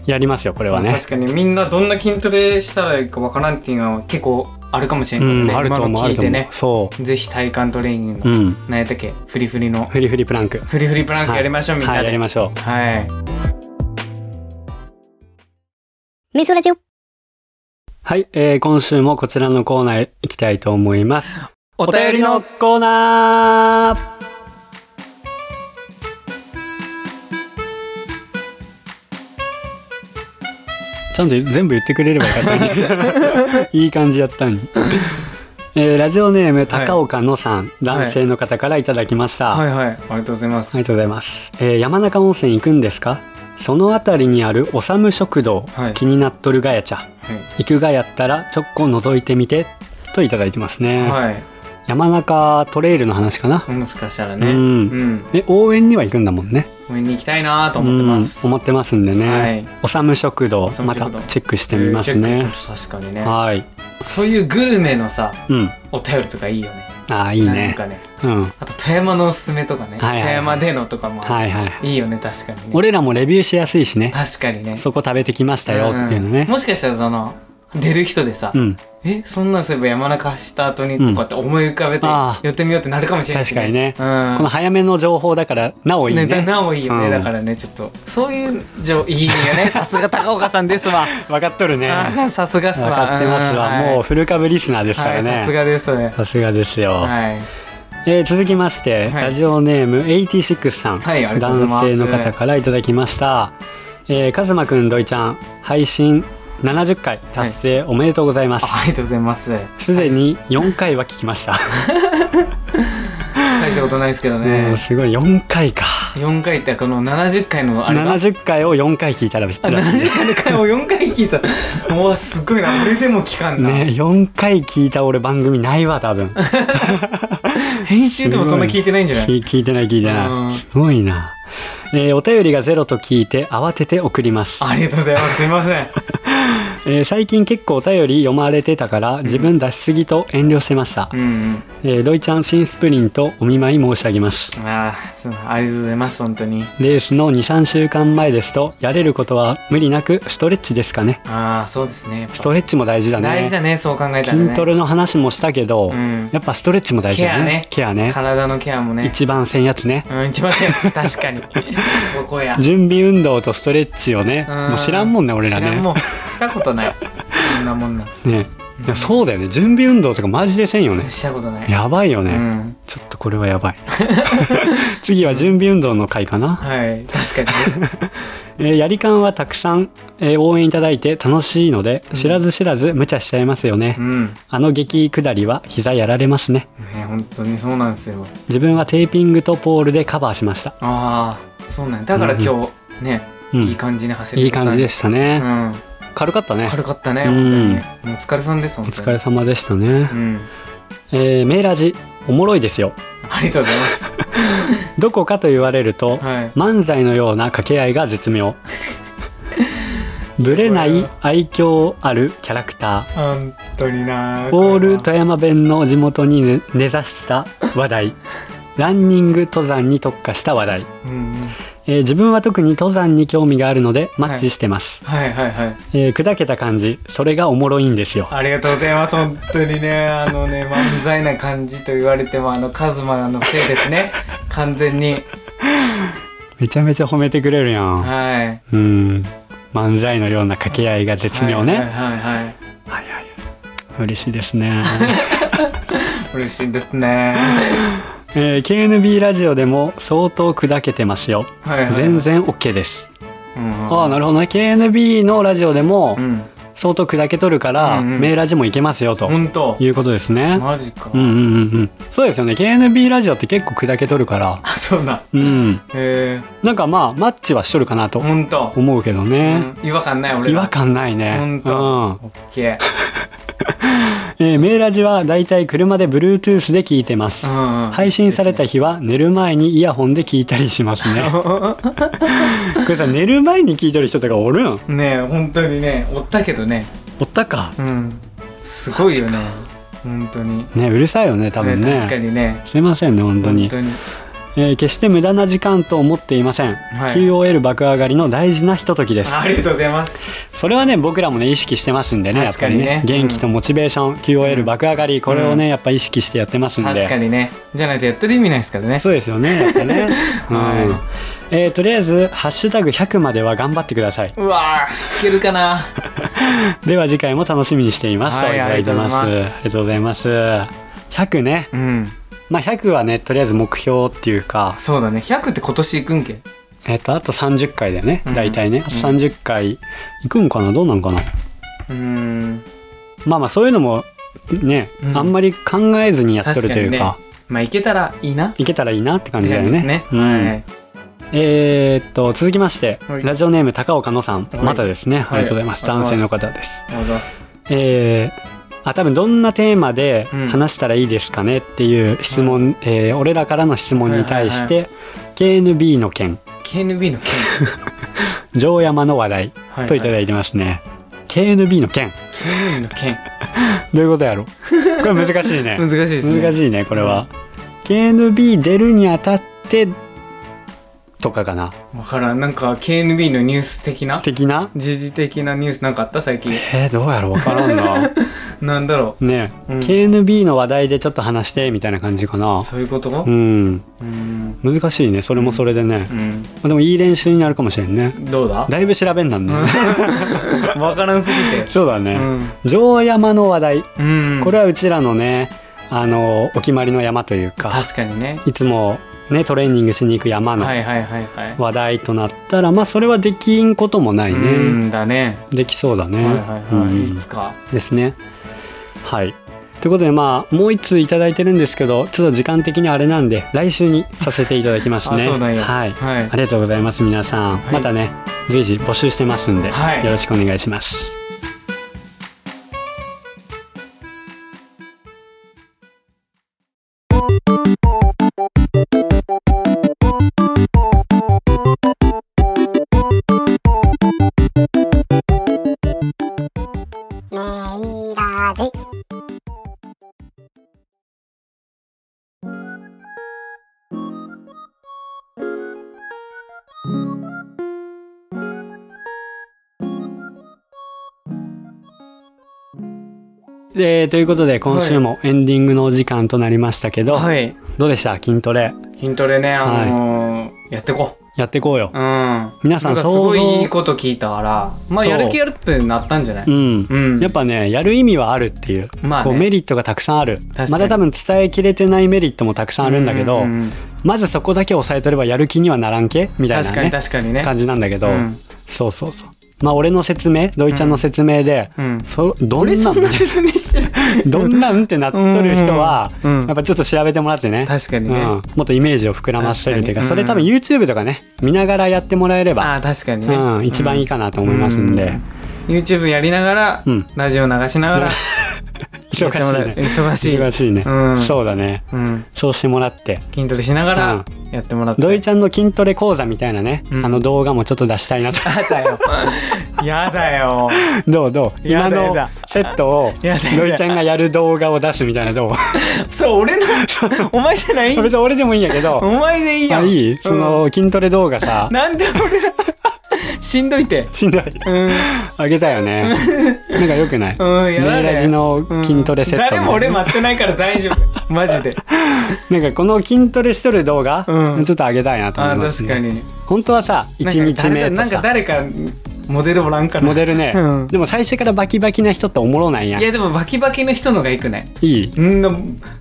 Speaker 2: やりますよこれはね
Speaker 1: 確かにみんなどんな筋トレしたらいいかわからんっていうのは結構あるかもしれ
Speaker 2: う
Speaker 1: ない
Speaker 2: ん、
Speaker 1: ね
Speaker 2: あると
Speaker 1: 今
Speaker 2: 思
Speaker 1: の聞
Speaker 2: うある
Speaker 1: い
Speaker 2: と思
Speaker 1: て
Speaker 2: う、
Speaker 1: ね
Speaker 2: そ
Speaker 1: ぜひ体幹トレーニング
Speaker 2: うう
Speaker 1: の
Speaker 2: ん
Speaker 1: 何やったっけフリフリの
Speaker 2: フリフリプランク
Speaker 1: フリフリプランクやりましょうみん
Speaker 2: は
Speaker 1: ない
Speaker 2: やり
Speaker 1: で
Speaker 2: ましょう
Speaker 1: はい
Speaker 3: ミソラジオ
Speaker 2: はい、えー、今週もこちらのコーナー行きたいと思います
Speaker 1: お便りの
Speaker 2: コーナーちゃんと全部言ってくれればよかったのにいい感じやったのに、えーラジオネーム高岡のさん、男性の方からいただきました、
Speaker 1: はいはいありがとうございます
Speaker 2: ありがとうございます、えー山中温泉行くんですかその辺りにあるおさむ食堂、
Speaker 1: はい
Speaker 2: 気になっとるがやちゃ
Speaker 1: は
Speaker 2: 行くがやったらちょっこ覗いてみてといただいてますね、
Speaker 1: いはい
Speaker 2: 山中トレイルの話かな、
Speaker 1: もしかしたらね、
Speaker 2: う
Speaker 1: うんん、
Speaker 2: で応援には行くんだもんね
Speaker 1: 応援に行きたいなと思ってます。
Speaker 2: うん思ってますんでね、
Speaker 1: はい
Speaker 2: おさむ食堂
Speaker 1: おさむ食堂
Speaker 2: またチェックしてみます
Speaker 1: えー
Speaker 2: ね
Speaker 1: チェックします確かにね。
Speaker 2: はい
Speaker 1: そういうグルメのさ、
Speaker 2: うん
Speaker 1: お便りとかいいよね。
Speaker 2: ああいい
Speaker 1: なん
Speaker 2: ね
Speaker 1: かね、
Speaker 2: うんはい
Speaker 1: あと富山のおすすめとかね、
Speaker 2: はいはいはい
Speaker 1: 富山でのとかも、、
Speaker 2: はいいはい
Speaker 1: いよね確かにね。
Speaker 2: 俺らもレビューしやすいしね
Speaker 1: 確かにね。
Speaker 2: そこ食べてきましたよっていうのね
Speaker 1: ん、もしかしたらその出る人でさ、
Speaker 2: うん。
Speaker 1: えそんなんすれば山中走った後にとかって思い浮かべて
Speaker 2: ああ
Speaker 1: 寄ってみようってなるかもしれないし
Speaker 2: 確か
Speaker 1: うん、
Speaker 2: この早めの情報だから、なおいいね。
Speaker 1: ね、なおいいよね、
Speaker 2: うん
Speaker 1: だからねちょっとそういうじょいいよ ねさすが高岡さんですわ、
Speaker 2: 分かっとるね。
Speaker 1: あ
Speaker 2: 分
Speaker 1: あさすがっすわ
Speaker 2: かってますわ。もう
Speaker 1: で
Speaker 2: 古株リスナーですから
Speaker 1: はい、さす
Speaker 2: ね。
Speaker 1: がですね
Speaker 2: さすがですよ。
Speaker 1: はい
Speaker 2: えー続きまして、
Speaker 1: はい
Speaker 2: ラジオネーム86さん、
Speaker 1: はいありがとうございま
Speaker 2: 男
Speaker 1: す
Speaker 2: 性の方からいただきました、えー、カズマくんどいちゃん配信70回達成おめでとうございます
Speaker 1: あありがとうございます
Speaker 2: すで、に4回は聞きました、
Speaker 1: 大したことないですけど
Speaker 2: う
Speaker 1: ね
Speaker 2: んすごい4回か
Speaker 1: 4回ってこの70回のあれが
Speaker 2: 70回を4回聞いたらしい
Speaker 1: あ70回の回を4回聞いたもうすごいな俺でも聞かんな、
Speaker 2: ね4回聞いた俺番組ない わ多分
Speaker 1: 編集でもそんな聞いてないんじゃない
Speaker 2: 聞聞いてない聞いてな
Speaker 1: うん
Speaker 2: いすごいな、えーお便りがゼロと聞いて慌てて送ります
Speaker 1: ありがとうございますすいません
Speaker 2: えー最近結構お便り読まれてたから自分出しすぎと遠慮してました、
Speaker 1: うん
Speaker 2: えードイちゃん新スプリントお見舞い申し上げます
Speaker 1: うんああそうありがとうございます本当に
Speaker 2: レースの23週間前ですとやれることは無理なくストレッチですかね
Speaker 1: ああそうですねやっぱ
Speaker 2: ストレッチも大事だね
Speaker 1: 大事だねそう考えたらね
Speaker 2: 筋トレの話もしたけど、
Speaker 1: うん
Speaker 2: やっぱストレッチも大事だね
Speaker 1: ケ
Speaker 2: ケアね
Speaker 1: 体のケアもね
Speaker 2: 一番せんやつね
Speaker 1: うん一番ね 確かにそこや
Speaker 2: 準備運動とストレッチをね
Speaker 1: うん
Speaker 2: もう知らんもんね俺ら
Speaker 1: 知らん
Speaker 2: ね
Speaker 1: もんしたことないそんなもんな
Speaker 2: ねいやそうだよね準備運動とかマジでせんよね
Speaker 1: したことない
Speaker 2: やばいよね、
Speaker 1: うん
Speaker 2: ちょっとこれはやばい。 次は準備運動の回かな。
Speaker 1: はい確かにね
Speaker 2: えーやりかんはたくさん、えー応援いただいて楽しいので、知らず知らず無茶しちゃいますよね。
Speaker 1: うんね
Speaker 2: あの激下りは膝やられますね。
Speaker 1: 本当にそうなんですよ
Speaker 2: 自分はテーピングとポールでカバーしました。
Speaker 1: ああそうなんだだから今日ね
Speaker 2: うん。
Speaker 1: いい感じに走れ
Speaker 2: いい感じで
Speaker 1: し
Speaker 2: した
Speaker 1: う
Speaker 2: ね。
Speaker 1: ん
Speaker 2: 軽かったね。
Speaker 1: 軽かったね
Speaker 2: うん
Speaker 1: 本当にねもうお疲れさんです
Speaker 2: お
Speaker 1: 本当
Speaker 2: 疲
Speaker 1: に
Speaker 2: れ様でしたね
Speaker 1: う。ん
Speaker 2: えーメーラジ、おもろいですよ。
Speaker 1: ありがとうございます
Speaker 2: どこかと言われる
Speaker 1: は
Speaker 2: と、
Speaker 1: い
Speaker 2: 漫才のような掛け合いが 絶妙。ぶれない愛嬌あるキャラクター。
Speaker 1: 本当にな
Speaker 2: オール富山弁の地元に根根ざした話題ランニング登山に特化した話題、
Speaker 1: うんうん
Speaker 2: えー自分は特に登山に興味があるのでマッチしてます、
Speaker 1: はいはいはい
Speaker 2: えー砕けた感じそれがおもろいんですよ
Speaker 1: ありがとうございます本当にねあの ね漫才な感じと言われてもあのカズマのせいですね完全に
Speaker 2: めちゃめちゃ褒めてくれるやん、
Speaker 1: はい
Speaker 2: うん漫才のような掛け合いが絶妙ね、
Speaker 1: はいはいはい、はい、
Speaker 2: はいはい嬉しいですね、
Speaker 1: 嬉しいですね
Speaker 2: えー KNB ラジオでも相当砕けてますよ
Speaker 1: はいはい
Speaker 2: 全、然 OK です、
Speaker 1: うんうん
Speaker 2: ああなるほどね KNB のラジオでも、
Speaker 1: うん
Speaker 2: 相当砕けとるから、
Speaker 1: うんうん
Speaker 2: メーラジもいけますよと
Speaker 1: 本当
Speaker 2: いうことですね。
Speaker 1: マジか、
Speaker 2: うんうんうんうん。そうですよね。KNB ラジオって結構砕けとるから、
Speaker 1: あそうな
Speaker 2: うん。
Speaker 1: へえ
Speaker 2: なんかまあマッチはしとるかなと
Speaker 1: 本当、
Speaker 2: 思うけど
Speaker 1: う
Speaker 2: ね。
Speaker 1: ん、違和感ない俺
Speaker 2: 違
Speaker 1: ら
Speaker 2: 和感ないね。
Speaker 1: 本
Speaker 2: う
Speaker 1: 当、オッケ
Speaker 2: ん。えーメーラジはだいたい車で Bluetooth で聞いてます。
Speaker 1: ー、うん、
Speaker 2: 配信された日は寝る前にイヤホンで聞いたりしますね。これさ寝る前に聞いてる人とかおるん？
Speaker 1: ねえ本当にねおったけどね
Speaker 2: おったか。
Speaker 1: うんすごいよね本当に
Speaker 2: ねうるさいよね多分ね。
Speaker 1: 確かにね
Speaker 2: すいませんね本当に
Speaker 1: 本。当に
Speaker 2: えー決して無駄な時間と思っていません、
Speaker 1: はい
Speaker 2: QOL 爆上がりの大事なひとときです
Speaker 1: ありがとうございます
Speaker 2: それはね僕らもね意識してますんでねやっ
Speaker 1: 確
Speaker 2: ぱ
Speaker 1: か
Speaker 2: り
Speaker 1: に
Speaker 2: ね
Speaker 1: ね
Speaker 2: 元気とモチベーション、QOL 爆上がりこれをね、やっぱ意識してやってますんで
Speaker 1: 確かにねじゃないとやってる意味ないですからね
Speaker 2: そうですよねやっぱ ね、うん
Speaker 1: は
Speaker 2: えーとりあえず「ハッシュタグ #100」までは頑張ってくださいう
Speaker 1: わーいけるかな
Speaker 2: では次回も楽しみにしています、
Speaker 1: はい
Speaker 2: といただいてます
Speaker 1: あり
Speaker 2: ありがとうございます100ね
Speaker 1: うん
Speaker 2: まあ100はねとりあえず目標っていうか
Speaker 1: そうだね100って今年いくんけ
Speaker 2: えっ、とあと30回だよね、
Speaker 1: うん
Speaker 2: 大体ねあと
Speaker 1: うん
Speaker 2: 30回いくんかなどうなんかな
Speaker 1: うーん
Speaker 2: まあまあそういうのもね、
Speaker 1: うん
Speaker 2: あんまり考えずにやっとるというか
Speaker 1: 確かまあいけたらいいない
Speaker 2: けたらいいなって感
Speaker 1: み
Speaker 2: じ
Speaker 1: た
Speaker 2: だ
Speaker 1: い
Speaker 2: よ
Speaker 1: で
Speaker 2: ね。
Speaker 1: すね、
Speaker 2: うん
Speaker 1: はい
Speaker 2: えーっと続きまして、
Speaker 1: はい
Speaker 2: ラジオネーム高岡のさん、
Speaker 1: はい
Speaker 2: またです
Speaker 1: は
Speaker 2: ね、
Speaker 1: い
Speaker 2: ありがとうございます
Speaker 1: ありがとうござ
Speaker 2: 男性
Speaker 1: い
Speaker 2: の
Speaker 1: ます
Speaker 2: 方です。
Speaker 1: ありがとうございます
Speaker 2: えーあ多分どんなテーマで
Speaker 1: うん
Speaker 2: 話したらいいですかねっていう質問、えー俺らからの質問に対して、KNB の件
Speaker 1: KNB の件
Speaker 2: 城山の話題
Speaker 1: は
Speaker 2: といただいてますね、KNB の件
Speaker 1: KNB の件
Speaker 2: どういうことやろこれ難し いね
Speaker 1: 難しいですね
Speaker 2: 難
Speaker 1: い
Speaker 2: しいねこれは、KNB 出るにあたってとかかな
Speaker 1: わからんなんか KNB のニュース的な
Speaker 2: 的な
Speaker 1: 時事的なニュースなんかあった最近
Speaker 2: えー、どうやろう分から んな
Speaker 1: なんだろ
Speaker 2: ね、
Speaker 1: うん
Speaker 2: KNB の話題でちょっと話してみたいな感じかな
Speaker 1: うそういうことう
Speaker 2: うん
Speaker 1: ーん
Speaker 2: 難しいねそれもそれでね、
Speaker 1: う
Speaker 2: ま
Speaker 1: ん
Speaker 2: あでもいい練習になるかもしれんね
Speaker 1: どうだ
Speaker 2: だいぶ調べんなんね、
Speaker 1: わからんすぎて
Speaker 2: そうだね、
Speaker 1: うん
Speaker 2: 城山の話題
Speaker 1: うん
Speaker 2: これはうちらのねあのお決まりの山というか
Speaker 1: 確かにね
Speaker 2: いつもねトレーニングしに行く山の
Speaker 1: はいはいはいはい
Speaker 2: 話題となったら、まあそれはできんこともないうね
Speaker 1: んだね
Speaker 2: できそうだ
Speaker 1: は
Speaker 2: ね、
Speaker 1: いはいは
Speaker 2: う
Speaker 1: い
Speaker 2: ん
Speaker 1: いつか
Speaker 2: ですねはいということでまあもう1通いただいてるんですけどちょっと時間的にあれなんで来週にさせていただきます ね
Speaker 1: あそうなんや
Speaker 2: はい
Speaker 1: はい
Speaker 2: ありがとうございます皆さん、
Speaker 1: はい
Speaker 2: またね随時募集してますんで、
Speaker 1: はい
Speaker 2: よろしくお願いします
Speaker 3: メイラジ。
Speaker 2: でということで今週もエンディングのお時間となりましたけど、
Speaker 1: はい
Speaker 2: どうでした筋トレ
Speaker 1: 筋トレねあのーやってこ
Speaker 2: やってこうよ
Speaker 1: ううん
Speaker 2: 皆
Speaker 1: な
Speaker 2: さ
Speaker 1: ん
Speaker 2: ん
Speaker 1: かす
Speaker 2: 想
Speaker 1: ごいいい
Speaker 2: 像
Speaker 1: こと聞いたからまあ
Speaker 2: そう
Speaker 1: やる気やるってなったんじゃない
Speaker 2: うん
Speaker 1: うん
Speaker 2: やっぱねやる意味はあるっていう,、
Speaker 1: まあね
Speaker 2: こうメリットがたくさんある
Speaker 1: かに
Speaker 2: まだ多分伝えきれてないメリットもたくさんあるんだけど、
Speaker 1: ううん
Speaker 2: まずそこだけ押さえとればやる気にはならんけみたいな、ね、
Speaker 1: 確かに確かにね
Speaker 2: 感じなんだけど、
Speaker 1: うん
Speaker 2: そうそうそうまあ俺の説明土井ちゃんの説明で、
Speaker 1: うん
Speaker 2: そどん
Speaker 1: 俺
Speaker 2: な
Speaker 1: そ
Speaker 2: ん
Speaker 1: んな説明してない
Speaker 2: どんなんってなっとる人は、
Speaker 1: うんうん
Speaker 2: やっぱちょっと調べてもらってね
Speaker 1: 確かにね
Speaker 2: うんもっとイメージを膨らませるというか
Speaker 1: 確
Speaker 2: そ
Speaker 1: かに
Speaker 2: れ多分 YouTube とかね見ながらやってもらえれ ば、
Speaker 1: あー確かにね、
Speaker 2: うん、一番いいかなと思いますんで、
Speaker 1: うん YouTube やりながら、
Speaker 2: うん
Speaker 1: ラジオ流しながら、
Speaker 2: 忙しいね
Speaker 1: 忙しい
Speaker 2: 忙しいね、
Speaker 1: うん
Speaker 2: そうだね
Speaker 1: うん、
Speaker 2: そうしてもらって
Speaker 1: 筋トレしながらやってもらって、
Speaker 2: 土井ちゃんの筋トレ講座みたいなね、
Speaker 1: うん
Speaker 2: あの動画もちょっと出したいなと
Speaker 1: やだよ やだよ
Speaker 2: どうどう今
Speaker 1: やだ
Speaker 2: の
Speaker 1: やだ
Speaker 2: セットを土
Speaker 1: やだやだ
Speaker 2: 井ちゃんがやる動画を出すみたいなどう
Speaker 1: そう俺の お前じゃない
Speaker 2: 別に俺でもいいんやけ
Speaker 1: お
Speaker 2: ど
Speaker 1: 前でいいや
Speaker 2: あ
Speaker 1: ん
Speaker 2: いいその筋トレ動画さ
Speaker 1: うんなんで俺 がしんどいって
Speaker 2: しんどい
Speaker 1: うん
Speaker 2: あげたよねなんかよくない
Speaker 1: うんやら
Speaker 2: メイ
Speaker 1: れ
Speaker 2: ラジの筋トレセット
Speaker 1: うん
Speaker 2: ね
Speaker 1: 誰も俺待ってないから大丈夫マジ で
Speaker 2: なんかこの筋トレしとる動画、
Speaker 1: うん
Speaker 2: ちょっとあげたいなと思
Speaker 1: あ
Speaker 2: い
Speaker 1: ー
Speaker 2: ます
Speaker 1: 確かに
Speaker 2: 本当はさ1日目と
Speaker 1: なんか
Speaker 2: さ
Speaker 1: 誰かなんか誰かモデルおらんかな
Speaker 2: モデルね、
Speaker 1: うん
Speaker 2: でも最初からバキバキな人っておもろないやん
Speaker 1: いやでもバキバキの人のがいくない
Speaker 2: いい
Speaker 1: んな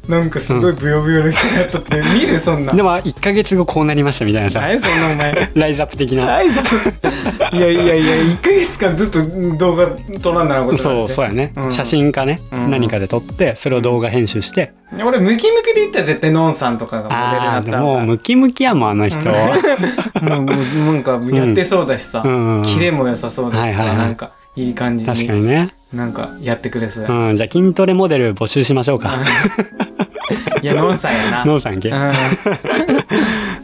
Speaker 1: なんかすごいブヨブヨの人やったって、見るそんな
Speaker 2: でも1ヶ月後こうなりましたみたいなさ
Speaker 1: 何そんなお前
Speaker 2: ライズアップ的な
Speaker 1: 挨拶いやいやいや1ヶ月間ずっと動画撮らんならんことにな
Speaker 2: そ
Speaker 1: っ
Speaker 2: う
Speaker 1: て
Speaker 2: そうやね、
Speaker 1: うん
Speaker 2: 写真かね、
Speaker 1: うん
Speaker 2: 何かで撮ってそれを動画編集して、
Speaker 1: 俺ムキムキで言ったら絶対ノンさんとかがモデル
Speaker 2: あ
Speaker 1: だ
Speaker 2: あ
Speaker 1: っ
Speaker 2: で
Speaker 1: た
Speaker 2: ももうムキムキやもんあの人、
Speaker 1: もうもうなんかやってそうだしさ、
Speaker 2: うんうん
Speaker 1: キレも良さそうだしさ、
Speaker 2: はいはいはい
Speaker 1: なんかいい感じ
Speaker 2: 確か
Speaker 1: に
Speaker 2: にね、
Speaker 1: なんかやってくれそうや、
Speaker 2: うん、じゃあ筋トレモデル募集しましょうか、
Speaker 1: いやノンさんやな
Speaker 2: ノンさん系、
Speaker 1: うん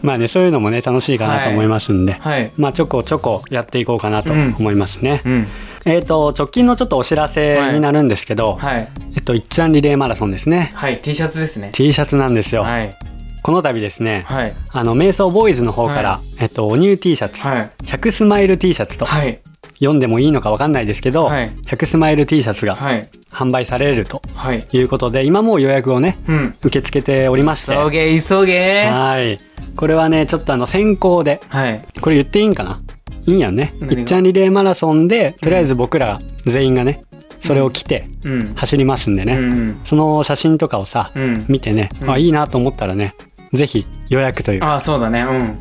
Speaker 2: まあねそういうのもね楽しいかなと思いますんで、
Speaker 1: はい
Speaker 2: まあちょこちょこやっていこうかなと
Speaker 1: うん
Speaker 2: 思いますね、
Speaker 1: うん
Speaker 2: えっ、と直近のちょっとお知らせになるんですけど、
Speaker 1: はい
Speaker 2: えっといっちゃんリレーマラソンですね
Speaker 1: はい T シャツですね
Speaker 2: T シャツなんですよ、
Speaker 1: はい
Speaker 2: この度ですね、
Speaker 1: はい
Speaker 2: あの瞑想ボーイズの方から、
Speaker 1: は
Speaker 2: えっとニュー T シャツ、
Speaker 1: はい
Speaker 2: 100スマイル T シャツと
Speaker 1: はい
Speaker 2: 読んでもいいのかわかんないですけど、
Speaker 1: はい
Speaker 2: 100スマイル T シャツが
Speaker 1: はい
Speaker 2: 販売されると
Speaker 1: はい
Speaker 2: いうことで今もう予約をね
Speaker 1: うん
Speaker 2: 受け付けておりまして
Speaker 1: 急げ急げ
Speaker 2: はいこれはねちょっとあの先行で
Speaker 1: はい
Speaker 2: これ言っていいんかないいんやんね
Speaker 1: 何が
Speaker 2: いっちゃんリレーマラソンでとりあえず僕ら全員がねそれを着て
Speaker 1: うん
Speaker 2: 走りますんでね、
Speaker 1: うん
Speaker 2: その写真とかをさ、
Speaker 1: うん
Speaker 2: 見てね、
Speaker 1: うん
Speaker 2: あいいなと思ったらねぜひ予約というか
Speaker 1: ああそうだねうん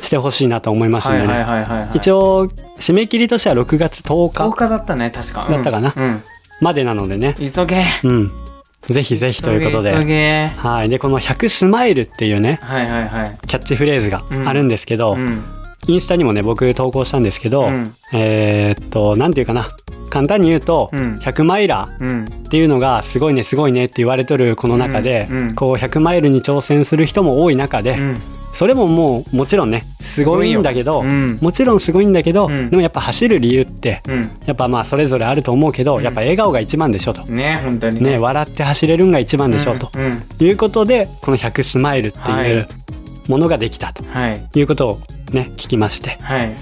Speaker 2: してほしいなと思いますん
Speaker 1: は
Speaker 2: で
Speaker 1: い
Speaker 2: ね、
Speaker 1: はいはいはい、はい、
Speaker 2: 一応締め切りとしては6月10
Speaker 1: 10
Speaker 2: 日
Speaker 1: 日だったね確かうん
Speaker 2: だったかな
Speaker 1: うん
Speaker 2: までなのでね
Speaker 1: 急げ
Speaker 2: うんぜひぜひということ
Speaker 1: 急げ急
Speaker 2: で
Speaker 1: げ
Speaker 2: はいでこの「100スマイル」っていうね
Speaker 1: はいはいはい
Speaker 2: キャッチフレーズがあるんですけど、
Speaker 1: うん
Speaker 2: インスタにもね僕投稿したんですけど、
Speaker 1: うん
Speaker 2: えーっと何ていうかな簡単に言うと、
Speaker 1: うん
Speaker 2: 100マイラー
Speaker 1: うん
Speaker 2: っていうのがすごいねすごいねって言われとるこの中で、
Speaker 1: うんうん
Speaker 2: こう100マイルに挑戦する人も多い中で、
Speaker 1: うん
Speaker 2: それももうもちろんねすごいんだけど、
Speaker 1: すごいようん
Speaker 2: もちろんすごいんだけど、
Speaker 1: うん
Speaker 2: でもやっぱ走る理由って、
Speaker 1: うん
Speaker 2: やっぱまあそれぞれあると思うけど、やっぱ笑顔が一番でしょと、
Speaker 1: ね本当に
Speaker 2: ね、笑って走れるんが一番でしょと、
Speaker 1: うんうん
Speaker 2: いうことでこの100スマイルって
Speaker 1: は
Speaker 2: いう
Speaker 1: い
Speaker 2: ものができたと
Speaker 1: はい
Speaker 2: いうことをね聞きまして
Speaker 1: はい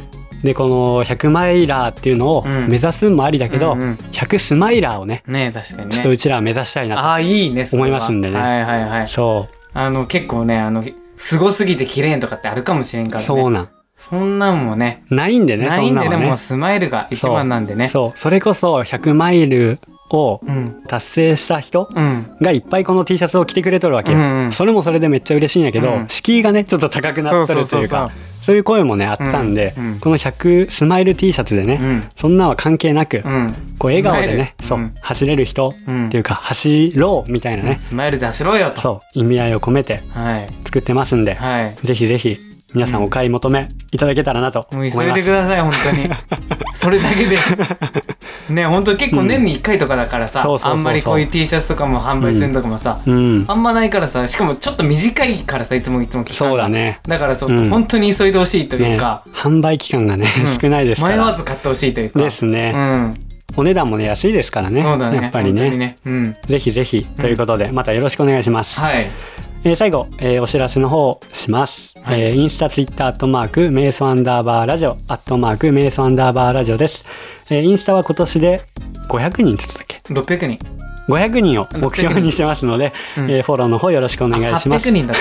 Speaker 2: でこの100マイラーっていうのを
Speaker 1: うん
Speaker 2: 目指すんもありだけど、
Speaker 1: うんうん
Speaker 2: 100スマイラーをね
Speaker 1: ね確かにね
Speaker 2: ちょっとうちらは目指したいな
Speaker 1: ああいいねそれは
Speaker 2: 思いますんでね
Speaker 1: はいはいは
Speaker 2: と
Speaker 1: い
Speaker 2: そ
Speaker 1: あの結構ねあのすごすぎて綺麗とかってあるかもしれんから
Speaker 2: う
Speaker 1: ね
Speaker 2: そうなん
Speaker 1: そんなんもね
Speaker 2: ないんでね
Speaker 1: ない
Speaker 2: そ
Speaker 1: ん
Speaker 2: んな
Speaker 1: でね
Speaker 2: のは
Speaker 1: も
Speaker 2: ね
Speaker 1: うスマイルが一番なんでね
Speaker 2: そうそれこそ100マイルを
Speaker 1: うん
Speaker 2: 達成した人
Speaker 1: うん
Speaker 2: がいっぱぱいこの T シャツを着てくれとるわけよ、
Speaker 1: うんうん
Speaker 2: それもそれでめっちゃ嬉しいんやけど、
Speaker 1: うん
Speaker 2: 敷居がねちょっと高くなっとるという
Speaker 1: そうそうそう
Speaker 2: か
Speaker 1: そ
Speaker 2: そういう声もねあったんで、
Speaker 1: うんうん
Speaker 2: この100スマイル T シャツでね、
Speaker 1: うん
Speaker 2: そんなんは関係なく、
Speaker 1: うん
Speaker 2: こう笑顔でね、
Speaker 1: ス
Speaker 2: そう、
Speaker 1: マイル
Speaker 2: 走れる人って
Speaker 1: うん
Speaker 2: いうか、走ろうみたいな
Speaker 1: うん
Speaker 2: ね、
Speaker 1: スマイルで走ろうよと
Speaker 2: そう意味合いを込めて
Speaker 1: はい
Speaker 2: 作ってますんで、
Speaker 1: はい
Speaker 2: ぜひぜひ皆さんお買い求めいただけたらなと
Speaker 1: も
Speaker 2: 思
Speaker 1: う
Speaker 2: い
Speaker 1: 急い
Speaker 2: ま。
Speaker 1: ですください本当 にそれだけでね本当結構年に1回とかだからさ、
Speaker 2: そうそうそうそう
Speaker 1: あんまりこういう T シャツとかも販売するのとかもさ、
Speaker 2: うん、
Speaker 1: あんまないからさしかもちょっと短いからさいつもいつも期間が
Speaker 2: そうだね。
Speaker 1: だからちょっと
Speaker 2: うん
Speaker 1: 本当に急いでほしいという
Speaker 2: ね、
Speaker 1: か、
Speaker 2: 販売期間がね、
Speaker 1: うん
Speaker 2: 少ないですか
Speaker 1: 迷わ
Speaker 2: ら。
Speaker 1: ず買ってほしいというか
Speaker 2: ですね、
Speaker 1: うん
Speaker 2: お値段もね、安いですからね。
Speaker 1: そうだね
Speaker 2: やっぱり
Speaker 1: 本
Speaker 2: ね。
Speaker 1: 当にねうん
Speaker 2: ぜひぜひということで、またよろしくお願いします。
Speaker 1: はい
Speaker 2: えー最後、えーお知らせの方をします、
Speaker 1: はい
Speaker 2: えーインスタツイッターアットマークメイソアンダーバーラジオアットマークメイソアンダーバーラジオです、えーインスタは今年で500人つったっけ
Speaker 1: 600人
Speaker 2: 500人を目標にしてますので、
Speaker 1: うん
Speaker 2: えーフォローの方よろしくお願いします
Speaker 1: 800人だっ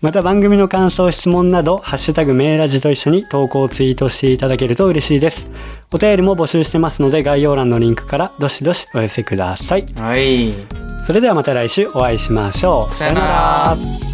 Speaker 2: また番組の感想質問など「ハッシュタグメイラジ」と一緒に投稿ツイートしていただけると嬉しいですお便りも募集してますので概要欄のリンクからどしどしお 寄せください
Speaker 1: たはい
Speaker 2: それではまた来週お会いしましょう
Speaker 1: さよなら